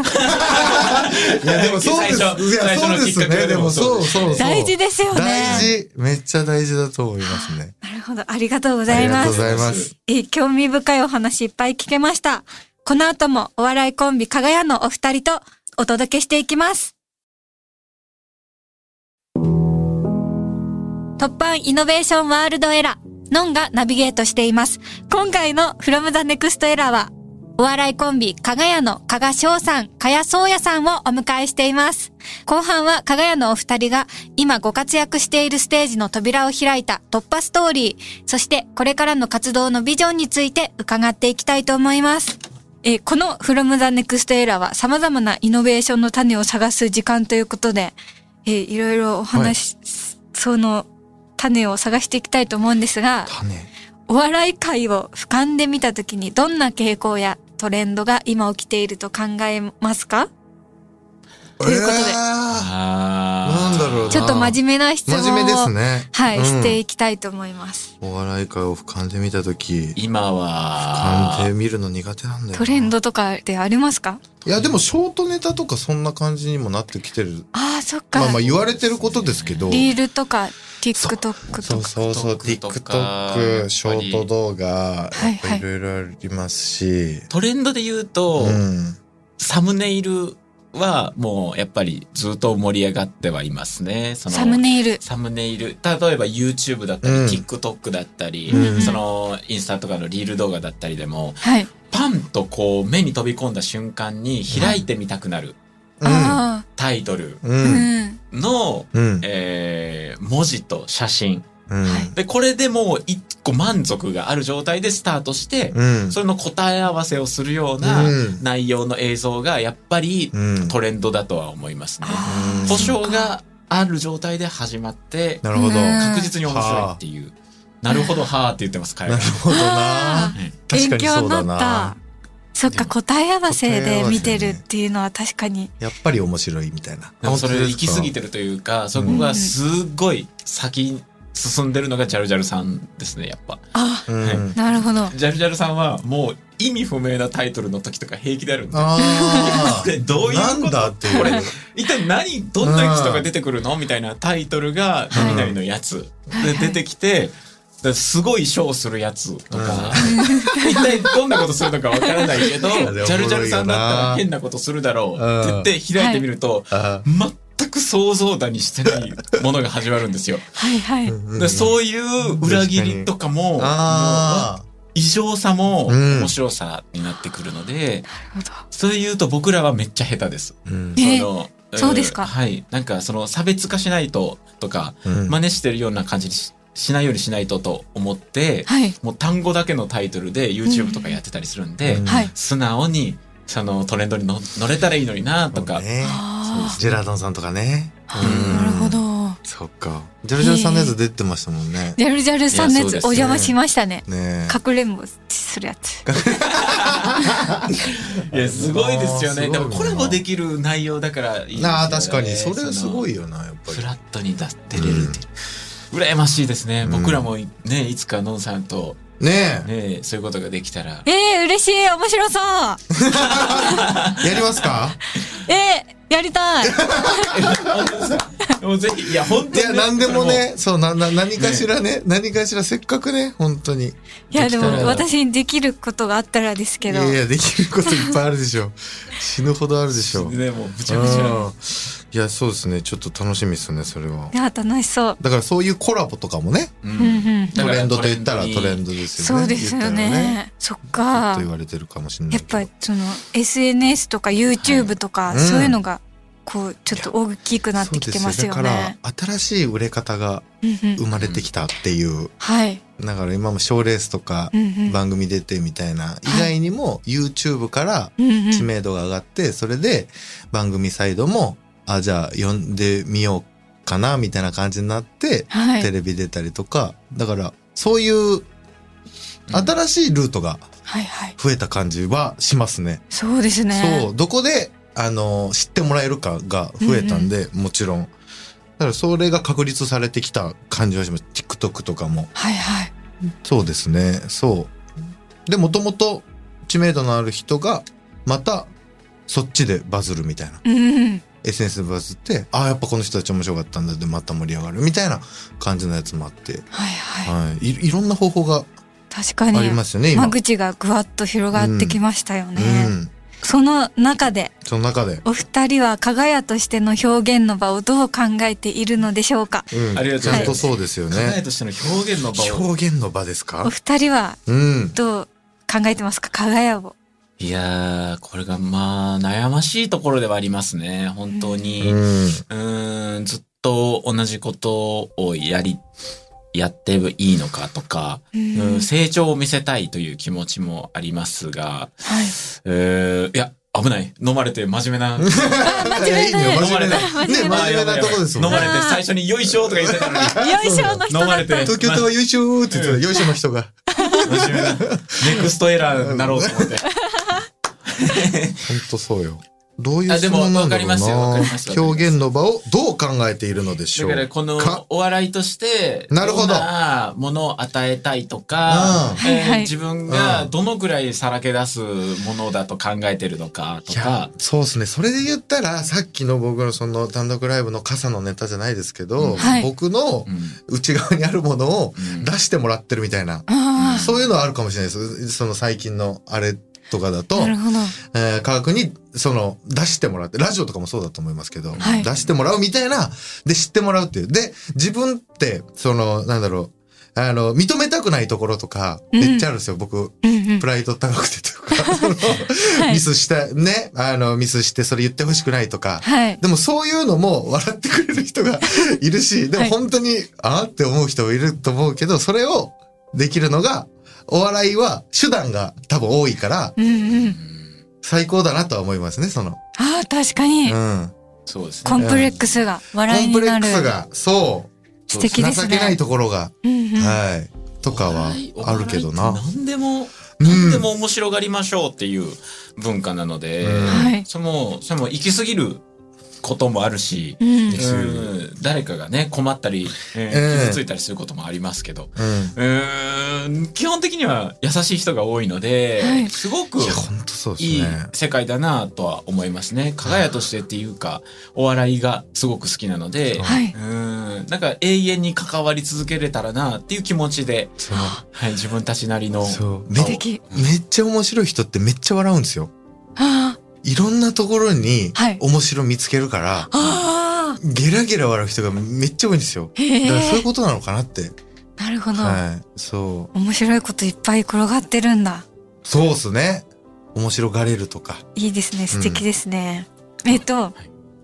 Speaker 4: いや、でもそうです。い
Speaker 5: 最初
Speaker 4: や、
Speaker 5: 最初
Speaker 4: そ
Speaker 5: の
Speaker 4: うで
Speaker 5: きっか
Speaker 4: す
Speaker 5: け
Speaker 4: ね。
Speaker 5: は
Speaker 4: で
Speaker 5: で
Speaker 4: も
Speaker 5: も
Speaker 4: そ
Speaker 5: そうう
Speaker 4: そうそう。
Speaker 3: 大事ですよね。
Speaker 4: 大事。めっちゃ大事だと思いますね。
Speaker 3: なるほど。ありがとうござ
Speaker 4: あり
Speaker 3: い
Speaker 4: が
Speaker 3: ま
Speaker 4: とうご
Speaker 3: す。
Speaker 4: ざいます。
Speaker 3: えー興味深いお話いっぱい聞けました。この後もお笑いコンビかがやのお二人とお届けしていきます。突版イノベーションワールドエラー、ノンがナビゲートしています。今回の From the Next Era は、お笑いコンビ、かがやの加賀翔さん、かやそうやさんをお迎えしています。後半は、かがやのお二人が、今ご活躍しているステージの扉を開いた突破ストーリー、そして、これからの活動のビジョンについて伺っていきたいと思います。えーこの From the Next Era は、様々なイノベーションの種を探す時間ということで、えーいろいろお話し、その、種を探していきたいと思うんですが、
Speaker 4: 種。
Speaker 3: お笑い界を俯瞰で見たときにどんな傾向やトレンドが今起きていると考えますかということで
Speaker 4: えーな
Speaker 5: あ
Speaker 4: ん
Speaker 5: ー
Speaker 4: だろうな。
Speaker 3: ちょっと真面目な質問を
Speaker 4: 真面目ですね。
Speaker 3: はい、
Speaker 4: うん
Speaker 3: していきたいと思います。
Speaker 4: お笑い界を俯瞰で見たとき、
Speaker 5: 今
Speaker 4: 俯瞰
Speaker 5: は
Speaker 4: で、見るの苦手なんだよな。
Speaker 3: トレンドとかでありますか
Speaker 4: いや、でもショートネタとかそんな感じにもなってきてる。
Speaker 3: ああ、そっか。
Speaker 4: まあまあ言われてることですけど。
Speaker 3: リールとか TikTok とか。
Speaker 4: そうそうそう、
Speaker 5: TikTok とか
Speaker 4: TikTok、ショート動画、
Speaker 3: ぱり
Speaker 4: やっぱいろいろありますし。
Speaker 5: トレンドで言うと、
Speaker 4: うん。
Speaker 5: サムネイルはもうやっぱりずっと盛り上がってはいますね。その
Speaker 3: サムネイル。
Speaker 5: サムネイル。例えば YouTube だったり、
Speaker 4: うん
Speaker 5: TikTok だったり、
Speaker 4: うん
Speaker 5: そのインスタとかのリール動画だったりでも、
Speaker 3: はい。
Speaker 5: パンとこう目に飛び込んだ瞬間に開いてみたくなる
Speaker 4: うん。
Speaker 3: あ
Speaker 5: タイトル
Speaker 4: う。
Speaker 3: あ、うんん。
Speaker 5: の、
Speaker 4: うん。
Speaker 5: えー文字と写真。
Speaker 4: うん
Speaker 3: はい
Speaker 5: で、これでもう一個満足がある状態でスタートして、
Speaker 4: うん。
Speaker 5: それの答え合わせをするような
Speaker 4: うん
Speaker 5: 内容の映像がやっぱり
Speaker 4: うん
Speaker 5: トレンドだとは思いますね。
Speaker 3: ああ。
Speaker 5: 保証がある状態で始まって、
Speaker 4: なるほど。
Speaker 3: うん
Speaker 4: な
Speaker 5: 確実に面白いっていう。なるほど、はーって言ってます、彼
Speaker 4: る
Speaker 5: は。
Speaker 4: ほどな
Speaker 3: あ。ー
Speaker 4: 確かにそうだ
Speaker 3: 勉強になった
Speaker 4: な。
Speaker 3: そっか、答え合わせ
Speaker 4: 答え合
Speaker 3: で
Speaker 4: わせね
Speaker 3: 見てるっていうのは確かに。
Speaker 4: やっぱり面白いみたいな。
Speaker 5: でもそれ行き過ぎ
Speaker 4: て。
Speaker 5: てるというか、そこがすっごい先進んでるのがジャルジャルさんですね、やっぱ。
Speaker 3: あ
Speaker 4: うん
Speaker 5: はい
Speaker 3: あ、なるほど。
Speaker 5: ジャルジャルさんはもう意味不明なタイトルの時とか平気であるんで。
Speaker 4: あ
Speaker 5: これどう
Speaker 4: あ。
Speaker 5: いう
Speaker 4: な
Speaker 5: こと
Speaker 4: んだっていう。
Speaker 5: これ一体何どんな人が出てくるのみたいなタイトルが
Speaker 4: ん
Speaker 5: 何々のやつ
Speaker 3: はい
Speaker 5: で出てきてですごいショーするやつとか、 一体どんなことするのかわからないけど
Speaker 4: あれ
Speaker 5: ジャルジャルさんだった
Speaker 4: おもろいよな
Speaker 5: ら変なことするだろう
Speaker 4: うん
Speaker 5: って言って開いてみると、
Speaker 4: あ
Speaker 5: 全く想像だにしてないものが始まるんですよ。
Speaker 3: はいはい。
Speaker 4: ー
Speaker 5: でそういう裏切りとかももう
Speaker 4: あ
Speaker 5: 異常さも
Speaker 4: うん
Speaker 5: 面白さになってくるので、
Speaker 3: なるほど
Speaker 5: それ言うと僕らはめっちゃ下手です。
Speaker 4: あ。うん
Speaker 5: そ
Speaker 3: え
Speaker 5: の
Speaker 3: そうですか
Speaker 5: はい。なんかその差別化しないととか、
Speaker 4: うん
Speaker 5: 真似してるような感じにししないようにしないとと思って、
Speaker 3: はい。
Speaker 5: もう単語だけのタイトルで YouTube とかやってたりするんで、
Speaker 4: うん
Speaker 3: はい。
Speaker 5: 素直にそのトレンドにの乗れたらいいのになとか、
Speaker 4: ね
Speaker 3: あ
Speaker 4: ジェラードンさんとかね
Speaker 3: あ、なるほど。
Speaker 4: そっかジャルジャルさんのやつ出てましたもんね
Speaker 3: ジャルジャルさんのや
Speaker 5: い
Speaker 3: つ
Speaker 5: や
Speaker 3: お
Speaker 5: そうですね
Speaker 3: 邪魔しましたね。
Speaker 4: ね
Speaker 3: かくれんぼするやつ。
Speaker 5: いやすごいですよ
Speaker 4: あーすごい
Speaker 5: ね
Speaker 4: な
Speaker 5: でもコラボできる内容だからいいですよね
Speaker 4: なあ確かにそれ
Speaker 5: の
Speaker 4: すごいよなやっぱり
Speaker 5: フラットに出出れるっていう、羨ましいですね、
Speaker 4: ん
Speaker 5: 僕らもねいつかのんさんと
Speaker 4: ね
Speaker 5: ねそういうことができたら
Speaker 3: ええ嬉しい面白そう
Speaker 4: えやりますか
Speaker 3: ええやり たい
Speaker 5: もうぜひいや本
Speaker 4: い
Speaker 5: 当に、
Speaker 4: や
Speaker 5: ね、
Speaker 4: 何でもねそうなな何か
Speaker 5: ね
Speaker 4: しらね何かしらせっかくね本当に
Speaker 3: いやでも
Speaker 5: できたら
Speaker 3: 私にできることがあったらですけ
Speaker 4: い
Speaker 3: ど。
Speaker 4: やいやできることいっぱいあるでしょ 死ぬほどあるでしょ
Speaker 5: ねもうぶちゃぶちゃ
Speaker 4: うんいやそうですねちょっと楽しみですねそれはい
Speaker 3: や楽しそう。
Speaker 4: だからそういうコラボとかもね
Speaker 5: う
Speaker 3: うんうんん。
Speaker 4: トレンドと言ったら
Speaker 5: だか
Speaker 4: ト
Speaker 5: ら
Speaker 4: レンドですよ
Speaker 3: そ
Speaker 4: ね
Speaker 3: うですよ
Speaker 4: 言ったら
Speaker 3: ね。そっ
Speaker 4: ちょっ
Speaker 3: か
Speaker 4: と。言われてるかもしれな
Speaker 3: や
Speaker 4: い
Speaker 3: っ
Speaker 4: けど
Speaker 3: ぱその SNS とか YouTube とか、
Speaker 4: うん
Speaker 3: そういうのがこうちょっと大きくなってきてますよ
Speaker 4: そうです
Speaker 3: ね。
Speaker 4: だから新しい売れ方が
Speaker 3: うんうん
Speaker 4: 生まれてきたっていう、
Speaker 3: はい。
Speaker 4: だから今も賞ーレースとか
Speaker 3: うんうん
Speaker 4: 番組出てみたいな、以外にも YouTube から
Speaker 3: うんうん
Speaker 4: 知名度が上がって、それで番組サイドもあじゃあ呼んでみようかなみたいな感じになって、
Speaker 3: は
Speaker 4: テ
Speaker 3: い。
Speaker 4: レビ出たりとかだからそういう新しいルートが
Speaker 3: はいはい。
Speaker 4: 増えた感じはしますね。
Speaker 3: そうです
Speaker 4: そ
Speaker 3: ね。
Speaker 4: うどこであの知ってもらえるかが増えたんで、もちろんだからそれが確立されてきた感じはします TikTok とかも
Speaker 3: はいはい。
Speaker 4: そうですねそうでもともと知名度のある人がまたそっちでバズるみたいな
Speaker 3: うんうん。
Speaker 4: SNS でバズってああやっぱこの人たち面白かったんだでまた盛り上がるみたいな感じのやつもあって、
Speaker 3: はいはい。
Speaker 4: はい、いいろんな方法が
Speaker 3: 確かに
Speaker 4: ありますよね今
Speaker 3: 間口がぐわっと広がってきましたよ
Speaker 4: う
Speaker 3: ね。
Speaker 4: ん
Speaker 3: その中で
Speaker 4: その中で、
Speaker 3: お二人は加賀屋としての表現の場をどう考えているのでしょうか。
Speaker 4: うん、
Speaker 5: ありがとうございます
Speaker 4: 本当そうですよ
Speaker 5: 課題
Speaker 4: ね
Speaker 5: としての表現の場を
Speaker 4: 表現の場です
Speaker 3: お
Speaker 4: か
Speaker 3: 二人は
Speaker 4: うん
Speaker 3: どう考えてますか加賀屋を。
Speaker 5: いやーこれがまあ悩ましいところではありますね本当に、
Speaker 4: うん
Speaker 5: うーん、ずっと同じことをやり、やっていいのかとか、
Speaker 3: うん
Speaker 5: うん成長を見せたいという気持ちもありますが、
Speaker 3: はい。
Speaker 5: えーいや、危ない。飲まれて真面目 な。飲
Speaker 3: あ、間違えた
Speaker 4: いいね
Speaker 3: よ。
Speaker 5: まれて。
Speaker 3: 真面目
Speaker 4: ね
Speaker 3: な
Speaker 4: 真面目なとこですもん
Speaker 5: 飲ま
Speaker 4: ね
Speaker 5: れて最初によいしょとか言ってたのに、
Speaker 3: よいしょの人
Speaker 5: 飲ま
Speaker 3: だ
Speaker 5: れ
Speaker 3: ってた。
Speaker 4: 東京都は優勝って言ってた、優勝の人が。
Speaker 5: 真面目な。ネクストエラーになろうと思って。
Speaker 4: 本当そうよ。どういう
Speaker 5: あでも
Speaker 4: 質問なんだろう
Speaker 5: わかりますよわかりますわかります
Speaker 4: な。表現の場をどう考えているのでし
Speaker 5: だ
Speaker 4: ょう
Speaker 5: からこの
Speaker 4: か。
Speaker 5: お笑いとして、
Speaker 4: なるほど
Speaker 5: んなものを与えたいとか、
Speaker 4: う
Speaker 3: は
Speaker 4: ん
Speaker 5: えー
Speaker 3: いはい
Speaker 5: 自分が
Speaker 4: うん
Speaker 5: どのくらいさらけ出すものだと考えてるのかと
Speaker 4: い
Speaker 5: か
Speaker 4: や、、そうですね。それで言ったら、さっきの僕のその単独ライブの傘のネタじゃないですけど、
Speaker 5: うん
Speaker 3: はい
Speaker 4: 僕の
Speaker 5: うん
Speaker 4: 内側にあるものを
Speaker 5: うん
Speaker 4: 出してもらってるみたいな、
Speaker 3: あ
Speaker 4: そういうのはあるかもしれないです。その最近のあれとかだ
Speaker 3: あ、
Speaker 4: と、
Speaker 3: なるほど。
Speaker 4: えー科学にその出してもらってラジオとかもそうだと思いますけど、
Speaker 3: はい
Speaker 4: 出してもらうみたいなで知ってもらうっていうで自分ってそのなんだろうあの認めたくないところとか
Speaker 3: うん
Speaker 4: めっちゃあるんですよ、僕
Speaker 3: うんうん
Speaker 4: プ。ライド高くてと かそのミスしたねあのミスしてそれ言ってほしくないとか、
Speaker 3: はい。
Speaker 4: でもそういうのも笑ってくれ る人がいるしでも
Speaker 3: はい
Speaker 4: 本当に、ああって思う人もいると思うけどそれをできるのがお笑いは手段が多分多いから
Speaker 3: うんうん。
Speaker 4: 最高だなとは思いますねその。
Speaker 3: ああ、確かに
Speaker 4: う。ん。
Speaker 5: そうですね。
Speaker 3: コンプレックスが
Speaker 4: コ
Speaker 3: 笑い
Speaker 4: ンプ
Speaker 3: に
Speaker 4: レ
Speaker 3: な
Speaker 4: ッ
Speaker 3: る
Speaker 4: ク。スが、そう。
Speaker 3: 素敵です
Speaker 4: 情けない
Speaker 3: ね。
Speaker 4: ところが、
Speaker 3: うんうん。
Speaker 4: はい。とかはあるけどな。
Speaker 5: 何でも、
Speaker 4: うん
Speaker 5: 何でも面白がりましょうっていう文化なので、
Speaker 4: うん
Speaker 3: はい
Speaker 5: それも、それも行き過ぎることもあるし、
Speaker 3: うん
Speaker 4: 行き過ぎる
Speaker 5: うん誰かがね、困ったり、えー
Speaker 4: ええ
Speaker 5: 傷ついたりすることもありますけど、
Speaker 4: うん。
Speaker 5: うーん、基本的には優しい人が多いので、
Speaker 3: はい
Speaker 5: すごく
Speaker 4: いや、ほんとそうで
Speaker 5: い
Speaker 4: す
Speaker 5: い
Speaker 4: ね。
Speaker 5: 世界だなとは思いますね。加賀屋としてっていうか、お笑いがすごく好きなので、
Speaker 3: はいう
Speaker 5: ーん、なんか永遠に関わり続けれたらなっていう気持ちで、
Speaker 4: そ
Speaker 5: はい、自分たちなりの。
Speaker 4: う。そう。
Speaker 3: 素
Speaker 4: め
Speaker 3: 敵。
Speaker 4: めっちゃ面白い人ってめっちゃ笑うんですよ。
Speaker 3: あ
Speaker 4: いろんなところに
Speaker 3: はい
Speaker 4: 面白見つけるから、
Speaker 3: あ。ああ。
Speaker 4: ゲラゲラ笑う人がめっちゃ多いんですよ。だからそう
Speaker 3: へ
Speaker 4: い
Speaker 3: え
Speaker 4: う。ことなのかなって。
Speaker 3: なるほど。
Speaker 4: はい。そう。
Speaker 3: 面白いこといっぱい転がってるんだ。
Speaker 4: そうっすね。面白がれるとか。
Speaker 3: いいですね。素敵ですね。えっと、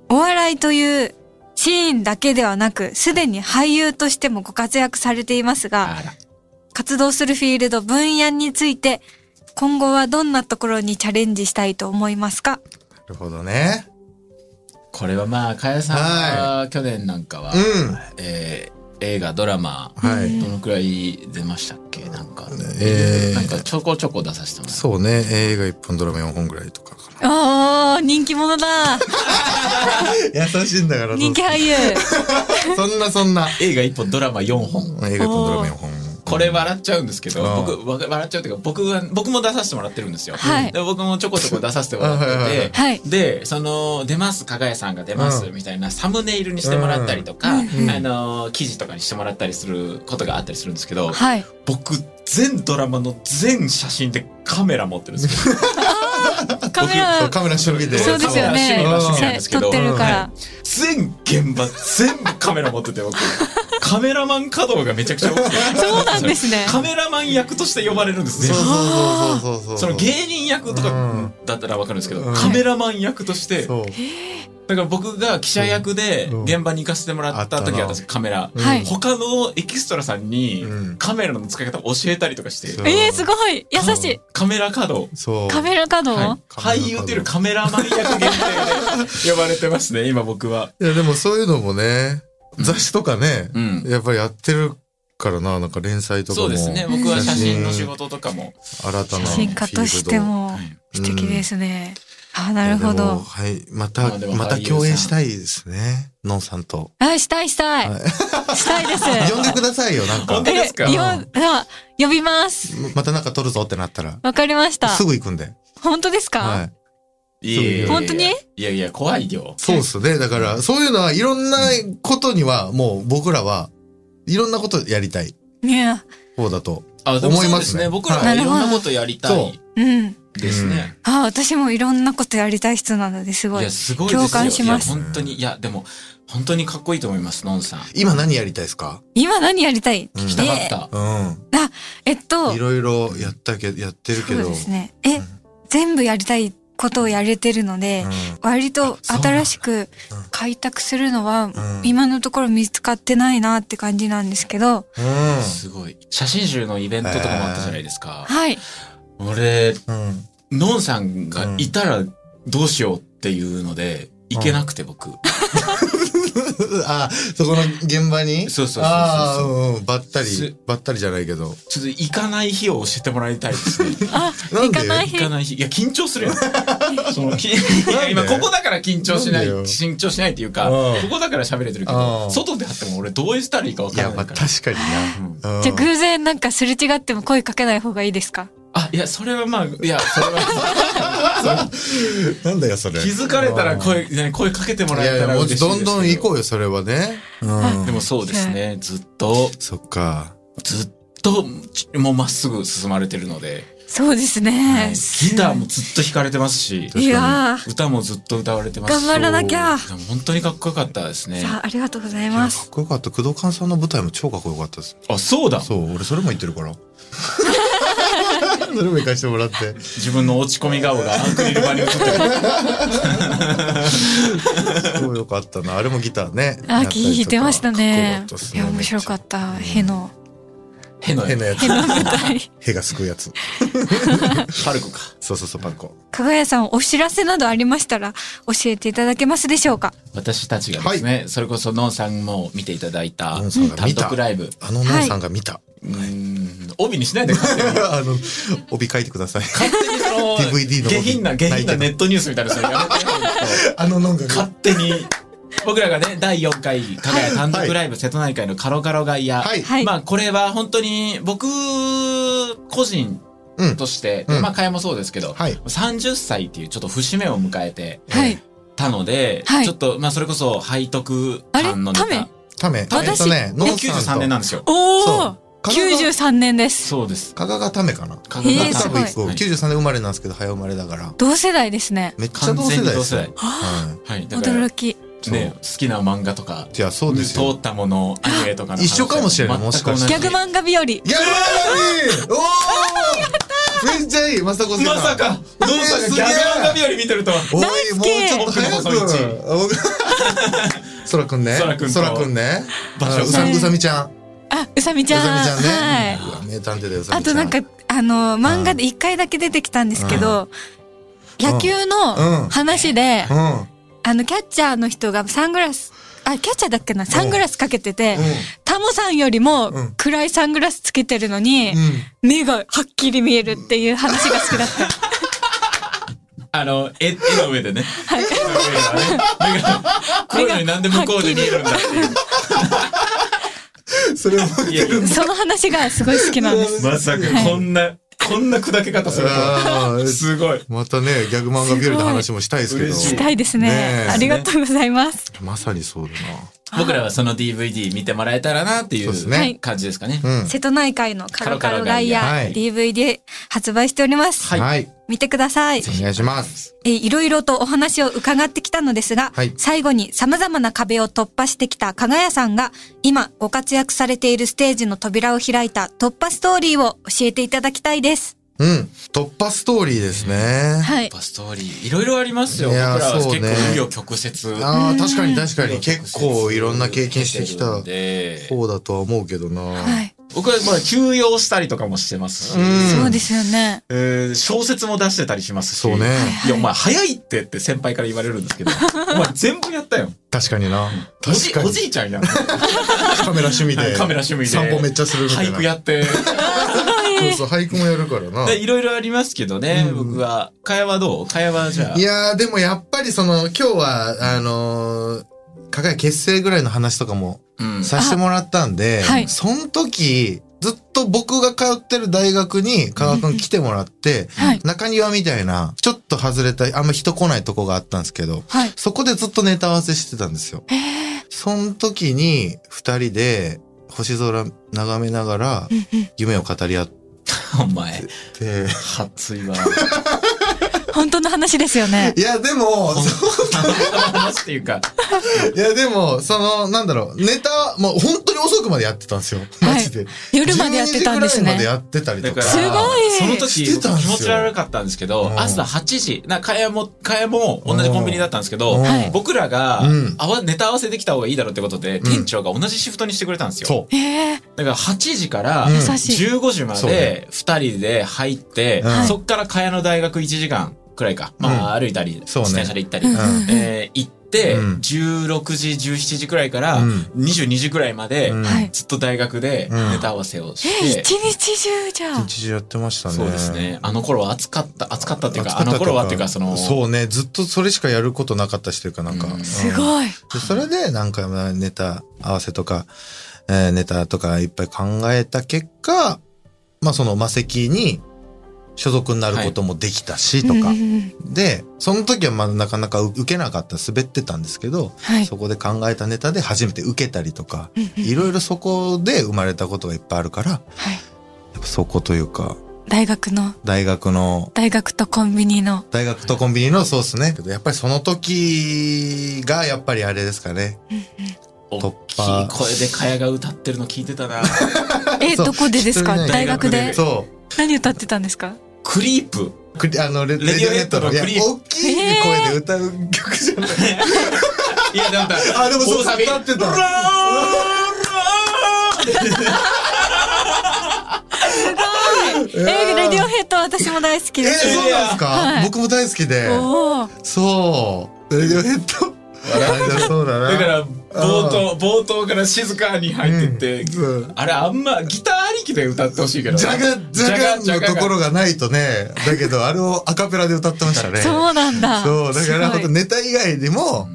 Speaker 3: お笑いというシーンだけではなく、すでに俳優としてもご活躍されていますが、
Speaker 5: あら。
Speaker 3: 活動するフィールド分野について、今後はどんなところにチャレンジしたいと思いますか
Speaker 4: るほどね。
Speaker 5: これはまあ、かやさんは去年なんかは、
Speaker 4: うん。
Speaker 5: えー映画、ドラマ、
Speaker 4: はい。
Speaker 5: どのくらい出ましたっけなんか、
Speaker 4: えー
Speaker 5: なんかちょこちょこ出させてもらって。
Speaker 4: そうね。映画1本、ドラマ4本ぐらいとかかな。
Speaker 3: ああ、人気者 だ
Speaker 4: 優しいんだから、
Speaker 3: 人気俳優
Speaker 4: そんなそんな。
Speaker 5: 映画1本、ドラマ4本。
Speaker 4: 映画1本、ドラマ4本。
Speaker 5: これ笑っちゃうんですけど、
Speaker 4: うん
Speaker 5: 僕、わ笑っちゃうというか、僕は、僕も出させてもらってるんですよ。
Speaker 3: はい
Speaker 5: で僕もちょこちょこ出させてもらって
Speaker 4: はいはいはい
Speaker 5: て、
Speaker 3: はい
Speaker 5: で、その、出ます、加賀谷さんが出ます、
Speaker 4: うん
Speaker 5: みたいなサムネイルにしてもらったりとか、
Speaker 4: ん
Speaker 5: あの、記事とかにしてもらったりすることがあったりするんですけど、
Speaker 3: はい。
Speaker 5: 僕、全ドラマの全写真でカメラ持ってるんですけど、
Speaker 3: カメラ、
Speaker 4: そうカメラ趣味で。
Speaker 3: そうですよね
Speaker 5: カメラ趣味は趣味なんですけ
Speaker 3: 撮
Speaker 5: ど、
Speaker 3: ってるか
Speaker 5: は
Speaker 3: ら
Speaker 5: い。全現場全部カメラ持ってて僕カメラマン稼働がめちゃくちゃ多くて
Speaker 3: そうなんですね。
Speaker 5: カメラマン役として呼ばれるんです
Speaker 4: そう
Speaker 5: ね
Speaker 4: そうそうそうそう。
Speaker 5: その芸人役と
Speaker 4: う
Speaker 5: か
Speaker 4: ん
Speaker 5: だったらわかるんですけど、
Speaker 4: うん
Speaker 5: カメラマン役として
Speaker 4: そう。
Speaker 5: だから僕が記者役で
Speaker 4: うん
Speaker 5: 現場に行かせてもらった時
Speaker 4: あ
Speaker 5: は
Speaker 4: ったな
Speaker 5: 私カメラ、
Speaker 3: はい
Speaker 5: 他のエキストラさんに
Speaker 4: うん
Speaker 5: カメラの使い方を教えたりとかして、
Speaker 4: そう
Speaker 3: ええー、すごい優しい
Speaker 5: カメラ稼働
Speaker 4: そう。
Speaker 3: カメラ稼働、
Speaker 5: はい、俳優というよりカメラマン役限定で呼ばれてま すね今僕は。
Speaker 4: いや、でもそういうのもね、雑誌とかね
Speaker 5: う、ん
Speaker 4: やっぱりやってるからな、なんか連載とかも。
Speaker 5: そうですね僕は写真の仕事とかも、
Speaker 4: 新たな
Speaker 3: 写真家としても
Speaker 5: い
Speaker 3: 素敵ですね。あ、
Speaker 4: フィ
Speaker 3: な
Speaker 4: ー
Speaker 3: る
Speaker 4: ルド。
Speaker 3: ほ
Speaker 4: いやでも
Speaker 3: ど。
Speaker 4: はい。ま
Speaker 5: ま
Speaker 4: た
Speaker 5: あでも、
Speaker 4: また
Speaker 5: 俳優さん
Speaker 4: 共演したいですね。ノンさんと。
Speaker 3: あ、したいしたい。したいです。
Speaker 4: 呼んでくださいよ、なんか
Speaker 5: 本。当ですか
Speaker 3: え、よあ呼びます。
Speaker 4: またなんか撮るぞってなったら。
Speaker 3: わかりました
Speaker 4: す。ぐ行くんで。
Speaker 3: 本当ですか、
Speaker 4: はい。
Speaker 5: いやいやいや
Speaker 3: 本当に
Speaker 5: いやいや、怖いよ。
Speaker 4: そうですね。だから、そういうのはいろんなことには、もう僕らはいろんなことやりたい
Speaker 3: ね
Speaker 4: 方だと。
Speaker 5: あ、でも
Speaker 4: 思い
Speaker 5: そう
Speaker 4: ま
Speaker 5: ですす
Speaker 4: ね
Speaker 5: ね。僕ら
Speaker 3: は
Speaker 5: はいいろんなことやりた
Speaker 4: そう
Speaker 5: い
Speaker 3: え。うん。
Speaker 5: ですね。
Speaker 3: あ、私もいろんなことやりたい人なのですご
Speaker 5: い
Speaker 3: い
Speaker 5: や、。すごいですよ。
Speaker 3: 共感します
Speaker 5: いや本当に、いや、でも、本当にかっこいいと思います、のんさん。
Speaker 4: 今何やりたいですか
Speaker 3: 今何やりたい、
Speaker 4: うん
Speaker 5: したかった。
Speaker 4: うん。
Speaker 3: えっと、
Speaker 4: いろいろやったけど、やってるけ
Speaker 3: そう
Speaker 4: ど
Speaker 3: で。すね。え、
Speaker 4: うん
Speaker 3: 全部やりたいことをやれてるので、
Speaker 4: うん
Speaker 3: 割と新しく
Speaker 4: そうなんだうん
Speaker 3: 開拓するのは
Speaker 4: ん
Speaker 3: 今のところ見つかってないなって感じなんですけど、
Speaker 4: う
Speaker 5: すごい。写真集のイベントとかもあったじゃないですか。
Speaker 3: はい。
Speaker 5: 俺、
Speaker 4: ん。うん。
Speaker 5: のんさんがいたらどうしようっていうので、行けなくて僕。
Speaker 4: あ、そこの現場に
Speaker 5: そうそうそうそう
Speaker 4: ああ、うん。ばった
Speaker 5: す
Speaker 4: り、ばったりじゃないけど。
Speaker 5: ちょっと行かない日を教えてもらいたいです ね。
Speaker 3: あ、
Speaker 4: なん
Speaker 3: 行
Speaker 4: で
Speaker 3: かない
Speaker 5: 行
Speaker 3: 日
Speaker 5: か。ない日。いや、緊 張するやん。その、きい
Speaker 4: なん
Speaker 5: や
Speaker 4: で
Speaker 5: 今、ここだから緊張し
Speaker 4: な
Speaker 5: ない、
Speaker 4: んでよ
Speaker 5: 緊張しないっていうか、
Speaker 4: うん
Speaker 5: ここだから喋れてるけ
Speaker 4: う
Speaker 5: ど、
Speaker 4: ん
Speaker 5: 外で会っても俺どうしたらいいか分
Speaker 4: い
Speaker 5: か
Speaker 4: や、
Speaker 5: らな
Speaker 4: まあ
Speaker 5: いから。
Speaker 4: 確かに
Speaker 5: うん
Speaker 4: な。うん
Speaker 3: じゃあ偶然なんかすれ違っても声かけない方がいいですか
Speaker 5: あ、いや、それはまあ、いや、それは、
Speaker 4: なんだよ、それ。
Speaker 5: 気づかれたら声、ね声かけてもら
Speaker 4: いや
Speaker 5: え
Speaker 4: い
Speaker 5: た
Speaker 4: や、
Speaker 5: ら
Speaker 4: も
Speaker 5: 嬉
Speaker 4: う
Speaker 5: しいですけ
Speaker 4: どんどん行こうよ、それはね。うん。
Speaker 5: でもそうですね、ずっと、
Speaker 4: そっか。
Speaker 5: ずっと、ちもうまっすぐ進まれてるので、
Speaker 3: そうです
Speaker 5: は
Speaker 3: ね。
Speaker 5: いギターもずっと弾かれてますし、
Speaker 3: いや
Speaker 5: 歌もずっと歌われてますし。
Speaker 3: 頑張らなきゃ
Speaker 5: そういや本当にかっこよかったです
Speaker 3: ー、
Speaker 5: ね。
Speaker 3: さあありがとうござい
Speaker 4: いや
Speaker 3: ま
Speaker 4: かっ
Speaker 3: す。
Speaker 4: こよかった。工藤勘さんの舞台も超かっこよかったです。
Speaker 5: あ、そうだ
Speaker 4: そう、俺それも言ってるから。それも行かしてもらって。
Speaker 5: 自分の落ち込み顔がアンクリル板に映 ってる。
Speaker 4: 超よかったな。あれもギターね。
Speaker 3: あ、聞いてましたね。いや、面白か
Speaker 4: っ
Speaker 3: った。への、
Speaker 5: 変な
Speaker 4: た。変なやつ
Speaker 3: へ。の舞台。
Speaker 4: へがすくうやつ。
Speaker 5: パルコか。
Speaker 4: そうそうそう、パンコ。
Speaker 3: かがやさん、お知らせなどありましたら教えていただけますでしょうか
Speaker 5: 私たちがですね、それこそのんさんも見ていただいた
Speaker 4: のんさんが
Speaker 5: 単
Speaker 4: 見た
Speaker 5: 独ライブ。
Speaker 4: あの姉さんが見た。
Speaker 5: うーん、帯にしない で勝手に
Speaker 4: あの、帯書いてください。
Speaker 5: 勝手に その
Speaker 4: DVD の帯
Speaker 5: 下品な、下品なネットニュースみたいなのやめてよ
Speaker 4: あのなんか
Speaker 5: 勝手に。僕らがね、第4回、かがや単独ライブ、瀬戸内海のカロカロガイや、
Speaker 4: はい。
Speaker 3: はい
Speaker 5: まあこれは本当に僕個人
Speaker 4: うん
Speaker 5: として、
Speaker 4: うん
Speaker 5: まあ会もそうですけど、
Speaker 4: はい
Speaker 5: 30歳っていうちょっと節目を迎えて
Speaker 3: はい。
Speaker 5: たので、
Speaker 3: はい
Speaker 5: ちょっとまあそれこそ背徳感の
Speaker 3: あれ
Speaker 5: ネ
Speaker 4: ため。
Speaker 5: タ。
Speaker 3: 私
Speaker 4: えっとね、
Speaker 5: ね
Speaker 4: ノンさ
Speaker 5: 93
Speaker 4: んと
Speaker 5: 年なんですよ。
Speaker 3: おー
Speaker 4: そう
Speaker 3: !93 年です。
Speaker 5: そうです。
Speaker 4: 加賀がためかな。
Speaker 5: 加
Speaker 3: えー
Speaker 5: さ
Speaker 3: す
Speaker 5: ん
Speaker 3: ごい
Speaker 4: そう93年生まれなんですけど、早生まれだから。
Speaker 3: 同世代ですね。
Speaker 4: めっちゃ
Speaker 5: 完
Speaker 4: 同
Speaker 5: 全
Speaker 4: 世代
Speaker 5: に同
Speaker 4: で
Speaker 5: 世
Speaker 4: す
Speaker 5: 代
Speaker 4: よ。。は
Speaker 5: はい。だから、
Speaker 3: 驚
Speaker 5: ね、
Speaker 3: き。
Speaker 4: い。そう
Speaker 5: 好きな漫画とか、
Speaker 4: いや、そうです
Speaker 5: 通
Speaker 4: よ。
Speaker 5: ったもの、アニメとかの話
Speaker 4: 一緒かもしれないもしかしたら
Speaker 5: 全
Speaker 3: ギャ
Speaker 5: く同じ
Speaker 3: グ漫画日和。
Speaker 4: ギャルマリーおーめっちゃいまさこさん
Speaker 5: まさか
Speaker 4: え
Speaker 5: ど
Speaker 4: ー
Speaker 5: うしたか
Speaker 4: す
Speaker 5: ギ
Speaker 4: げえ
Speaker 5: ャガンガ日和見てるとは
Speaker 4: おい
Speaker 3: 大好き
Speaker 4: もうちょっと早
Speaker 5: 僕の細い
Speaker 4: くそらくんね
Speaker 5: そらくんと
Speaker 4: そらくんね
Speaker 5: 馬車
Speaker 4: う
Speaker 5: さ
Speaker 4: さ
Speaker 5: ん
Speaker 4: うさみちゃんう
Speaker 3: あ、うさみちゃん。
Speaker 4: さみちゃんね
Speaker 3: はい。
Speaker 4: うわ名探偵だようさ
Speaker 3: あ
Speaker 4: みちゃ
Speaker 3: と
Speaker 4: ん
Speaker 3: なんか、あの、漫画で一回だけ出てきたんですけど、野球
Speaker 4: う
Speaker 3: の
Speaker 4: ん
Speaker 3: 話で、
Speaker 4: うん
Speaker 3: あの、キャッチャーの人がサングラス、あ、キャッチャーだっけなサングラスかけてて、タモさんよりも
Speaker 4: うん
Speaker 3: 暗いサングラスつけてるのに、
Speaker 4: うん
Speaker 3: 目がはっきり見えるっていう話が好きだった。
Speaker 5: あの絵絵の上でね絵の上がね目が黒いのになんで向こうで見えるんだっていう
Speaker 4: うんそれ覚えてるん だ
Speaker 3: その話がすごい好きなんです。
Speaker 5: まさかこんな、こんな砕け方するとは
Speaker 4: あー
Speaker 5: すごい。
Speaker 4: またねギャグ漫画ビュールの話もしたいですけど
Speaker 5: すごい嬉し
Speaker 3: したいですね。
Speaker 4: ねえ
Speaker 3: ありがとうございます。
Speaker 4: まさにそうだ
Speaker 5: 僕らはその DVD 見てもらえたらなってい
Speaker 4: そうですねは
Speaker 5: う
Speaker 3: い
Speaker 5: 感じですかね。
Speaker 4: なうん
Speaker 3: 瀬戸内海のカロカロガイ
Speaker 4: カロカロ
Speaker 3: ア
Speaker 4: ガイア
Speaker 3: DVD 発売しております。
Speaker 5: はい
Speaker 4: はい
Speaker 3: 見てください。
Speaker 4: お願いします
Speaker 3: えーいろいろとお話を伺ってきたのですが、
Speaker 4: はい
Speaker 3: 最後に様々な壁を突破してきた加賀谷さんが、今ご活躍されているステージの扉を開いた突破ストーリーを教えていただきたいです。
Speaker 4: うん突破ストーリーですね
Speaker 3: はい。
Speaker 5: バストーリー、いろいろありますよ。
Speaker 4: い
Speaker 5: 僕ら
Speaker 4: やー
Speaker 5: は結構
Speaker 4: そうね
Speaker 5: 紆余曲折。
Speaker 4: あー確かに確かに結構いろんな経験してきた
Speaker 5: で
Speaker 4: 方だとは思うけどな
Speaker 3: はい。
Speaker 5: 僕はまあ休養したりとかもしてますし、
Speaker 4: うん
Speaker 3: そうですよね。
Speaker 5: えー小説も出してたりしますし。
Speaker 4: そうね
Speaker 5: いや、お前早いってって先輩から言われるんです けど、お前全部やったよ。
Speaker 4: 確かにな
Speaker 5: おじ
Speaker 4: 確か
Speaker 5: お
Speaker 4: に
Speaker 5: じいちゃんやん。
Speaker 4: カメラ趣味で
Speaker 5: カメラ趣味で。
Speaker 4: 散歩めっちゃするみたい
Speaker 5: 俳
Speaker 4: な
Speaker 5: 句やって。
Speaker 4: そうそう俳句もやるからな
Speaker 5: でいろいろありますけどね、
Speaker 4: うん
Speaker 5: 僕は。会話どう会話じゃあ。
Speaker 4: いやーでもやっぱりその今日はあのー、加賀屋結成ぐらいの話とかも
Speaker 5: うん
Speaker 4: させてもらったんで、
Speaker 3: あはい
Speaker 4: その時ずっと僕が通ってる大学に加賀くん来てもらって、
Speaker 3: はい。
Speaker 4: 中庭みたいなちょっと外れたあんま人来ないとこがあったんですけど
Speaker 3: はい。
Speaker 4: そこでずっとネタ合わせしてたんですよ。その時に二人で星空眺めながら夢を語り合っ
Speaker 5: お前、
Speaker 4: て、
Speaker 5: 初いわ。
Speaker 3: 本当の話ですよね。
Speaker 4: いやでも、
Speaker 5: 話っていうか、
Speaker 4: いや、でも、その、なんだろう、ネタ、もう本当に遅くまでやってたんですよ。
Speaker 3: はい
Speaker 4: マジで。
Speaker 3: 夜までやってたんです
Speaker 4: 12時ぐらいまで
Speaker 3: ね。
Speaker 4: やってたり
Speaker 5: だ
Speaker 4: と
Speaker 5: か
Speaker 4: か。
Speaker 5: ら、
Speaker 3: す ごい
Speaker 5: その
Speaker 4: し
Speaker 5: 時
Speaker 4: てたんです
Speaker 5: 気
Speaker 4: よ
Speaker 5: 持ち悪かったんですけど
Speaker 4: う、ん
Speaker 5: 朝8時、な、かやも、かやも同じコンビニだったんですけど
Speaker 4: うん、
Speaker 3: はい
Speaker 5: 僕らが
Speaker 4: うん、
Speaker 5: あわ、ネタ合わせできた方がいいだろうってことで、
Speaker 4: ん
Speaker 5: 店長が同じシフトにしてくれたんですよ。
Speaker 4: そう。
Speaker 3: えー、
Speaker 5: だから8時から
Speaker 4: うん
Speaker 3: 優しい。
Speaker 5: 15時ま
Speaker 4: そうね
Speaker 5: で2人で入って、
Speaker 4: うん
Speaker 5: そっから茅野大学1時間くらいか、まあ歩いたり、自
Speaker 4: そうね
Speaker 5: 転車で行ったり、
Speaker 3: うん
Speaker 5: えー行って、
Speaker 4: うん
Speaker 5: 16時17時くらいから
Speaker 4: うん
Speaker 5: 22時くらいまで、
Speaker 4: うん
Speaker 3: はい。
Speaker 5: ずっと大学で
Speaker 4: うん
Speaker 5: ネタ合わせを
Speaker 3: えー、
Speaker 5: して、
Speaker 3: 一日中じゃあ。
Speaker 4: 一時やってましたね。
Speaker 5: そうです。ねあの頃は暑かった暑かったっていうか
Speaker 4: 暑
Speaker 5: あ
Speaker 4: った
Speaker 5: の頃はっていうかその
Speaker 4: そうね、ずっとそれしかやることなかったしというか、なんか。
Speaker 5: うん
Speaker 4: うん
Speaker 3: すごい。
Speaker 4: でそれで、なんか、まあネタ合わせとか、えーネタとかいっぱい考えた結果、まあ、その、魔石に所属になることもできたし、とか
Speaker 3: うんう。んうん
Speaker 4: で、その時はまだなかなか受けなかった、滑ってたんですけど、
Speaker 3: はい
Speaker 4: そ。こで考えたネタで初めて受けたりとか、
Speaker 3: うんうん
Speaker 4: いろいろそこで生まれたことがいっぱいあるから、や
Speaker 3: はい。
Speaker 4: っぱそこというか、
Speaker 3: 大学の、
Speaker 4: 大学の、
Speaker 3: 大学とコンビニの。
Speaker 4: 大学とコンビニのそうですね。やっぱりその時がやっぱりあれですかね。
Speaker 5: 大きい声で茅が歌ってるの聞いてたな
Speaker 3: え、
Speaker 4: そう
Speaker 3: どこでですか
Speaker 4: 一人ね
Speaker 3: 大学で。
Speaker 4: そ
Speaker 3: 何歌ってたんですか
Speaker 5: クリープ
Speaker 4: う。クリあのレ、
Speaker 5: レディオヘッドの
Speaker 4: レディオ
Speaker 5: ク
Speaker 4: ヘ
Speaker 5: リ
Speaker 4: いや大きい声で歌う曲じゃない。
Speaker 5: いやでも
Speaker 4: あでもそう
Speaker 5: 大サビ
Speaker 4: 歌ってた
Speaker 5: ラーラー
Speaker 3: え、レディオヘッド私も大好き
Speaker 4: えー
Speaker 3: です。
Speaker 4: そうなんですか、
Speaker 3: はい
Speaker 4: 僕も大好きで。
Speaker 3: おー
Speaker 4: そう。レディオヘッド。あそうだな。
Speaker 5: だから冒頭冒頭から静かに入ってって、
Speaker 4: うんうん
Speaker 5: あれあんまギターありきで歌ってほしいけどね
Speaker 4: ジャガジャガ
Speaker 5: ジャ
Speaker 4: ン
Speaker 5: ガ
Speaker 4: のところ
Speaker 5: が
Speaker 4: がないとね、だけどあれをアカペラで歌ってましたね。
Speaker 3: そうなんだ。
Speaker 4: そう、だから
Speaker 3: すご
Speaker 4: 本当
Speaker 3: い
Speaker 4: ネタ以外にも、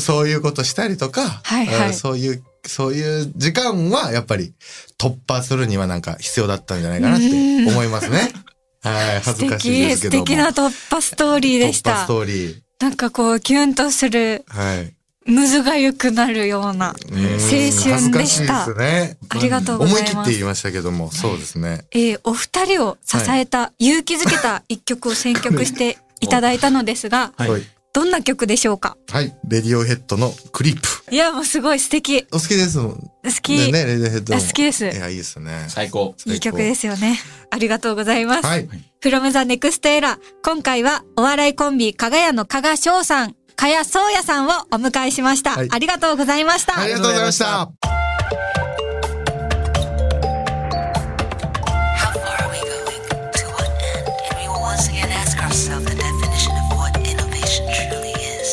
Speaker 4: そういうことしたりとか、
Speaker 3: はいはい
Speaker 4: うんそういう、そういう時間はやっぱり突破するにはなんか必要だったんじゃないかなって思いますね。 はい、恥ず
Speaker 3: 素
Speaker 4: かしいで
Speaker 3: 敵、
Speaker 4: すけ
Speaker 3: 素
Speaker 4: ども。
Speaker 3: 敵な突破ストーリーでし
Speaker 4: 突破
Speaker 3: た
Speaker 4: ス。トーリー。
Speaker 3: なんかこう、キュンとする、
Speaker 4: はい。
Speaker 3: ムズが良くなるような。
Speaker 4: うん恥ずかしいですね。
Speaker 3: ありがとうご
Speaker 4: 思
Speaker 3: ざ
Speaker 4: い
Speaker 3: い
Speaker 4: 切っ
Speaker 3: ま
Speaker 4: て
Speaker 3: す
Speaker 4: 言。いましたけども、そうですね。
Speaker 3: えーお二人を支えた、勇気づけた一曲を選曲していただいたのですが、
Speaker 5: はい
Speaker 3: どんな曲でしょうか
Speaker 4: はい。レディオヘッドのクリップ。
Speaker 3: いや、もうすごい素敵。
Speaker 4: お好きですもん。
Speaker 3: 好き。
Speaker 4: ね、ねレディオヘッド
Speaker 3: あ
Speaker 4: も。
Speaker 3: 好きです
Speaker 4: いや、いいですね。
Speaker 5: 最高。
Speaker 3: いい曲ですよね。ありがとうございます。
Speaker 4: はい。
Speaker 3: from the next era 今回はお笑いコンビ、かがやの加賀翔さん、かやそうやさんをお迎えしました。
Speaker 4: はい
Speaker 3: ありがとうございました。
Speaker 4: ありがとうございました。
Speaker 1: How far are we going? To what end? And we will once again ask ourselves the definition of what innovation truly is.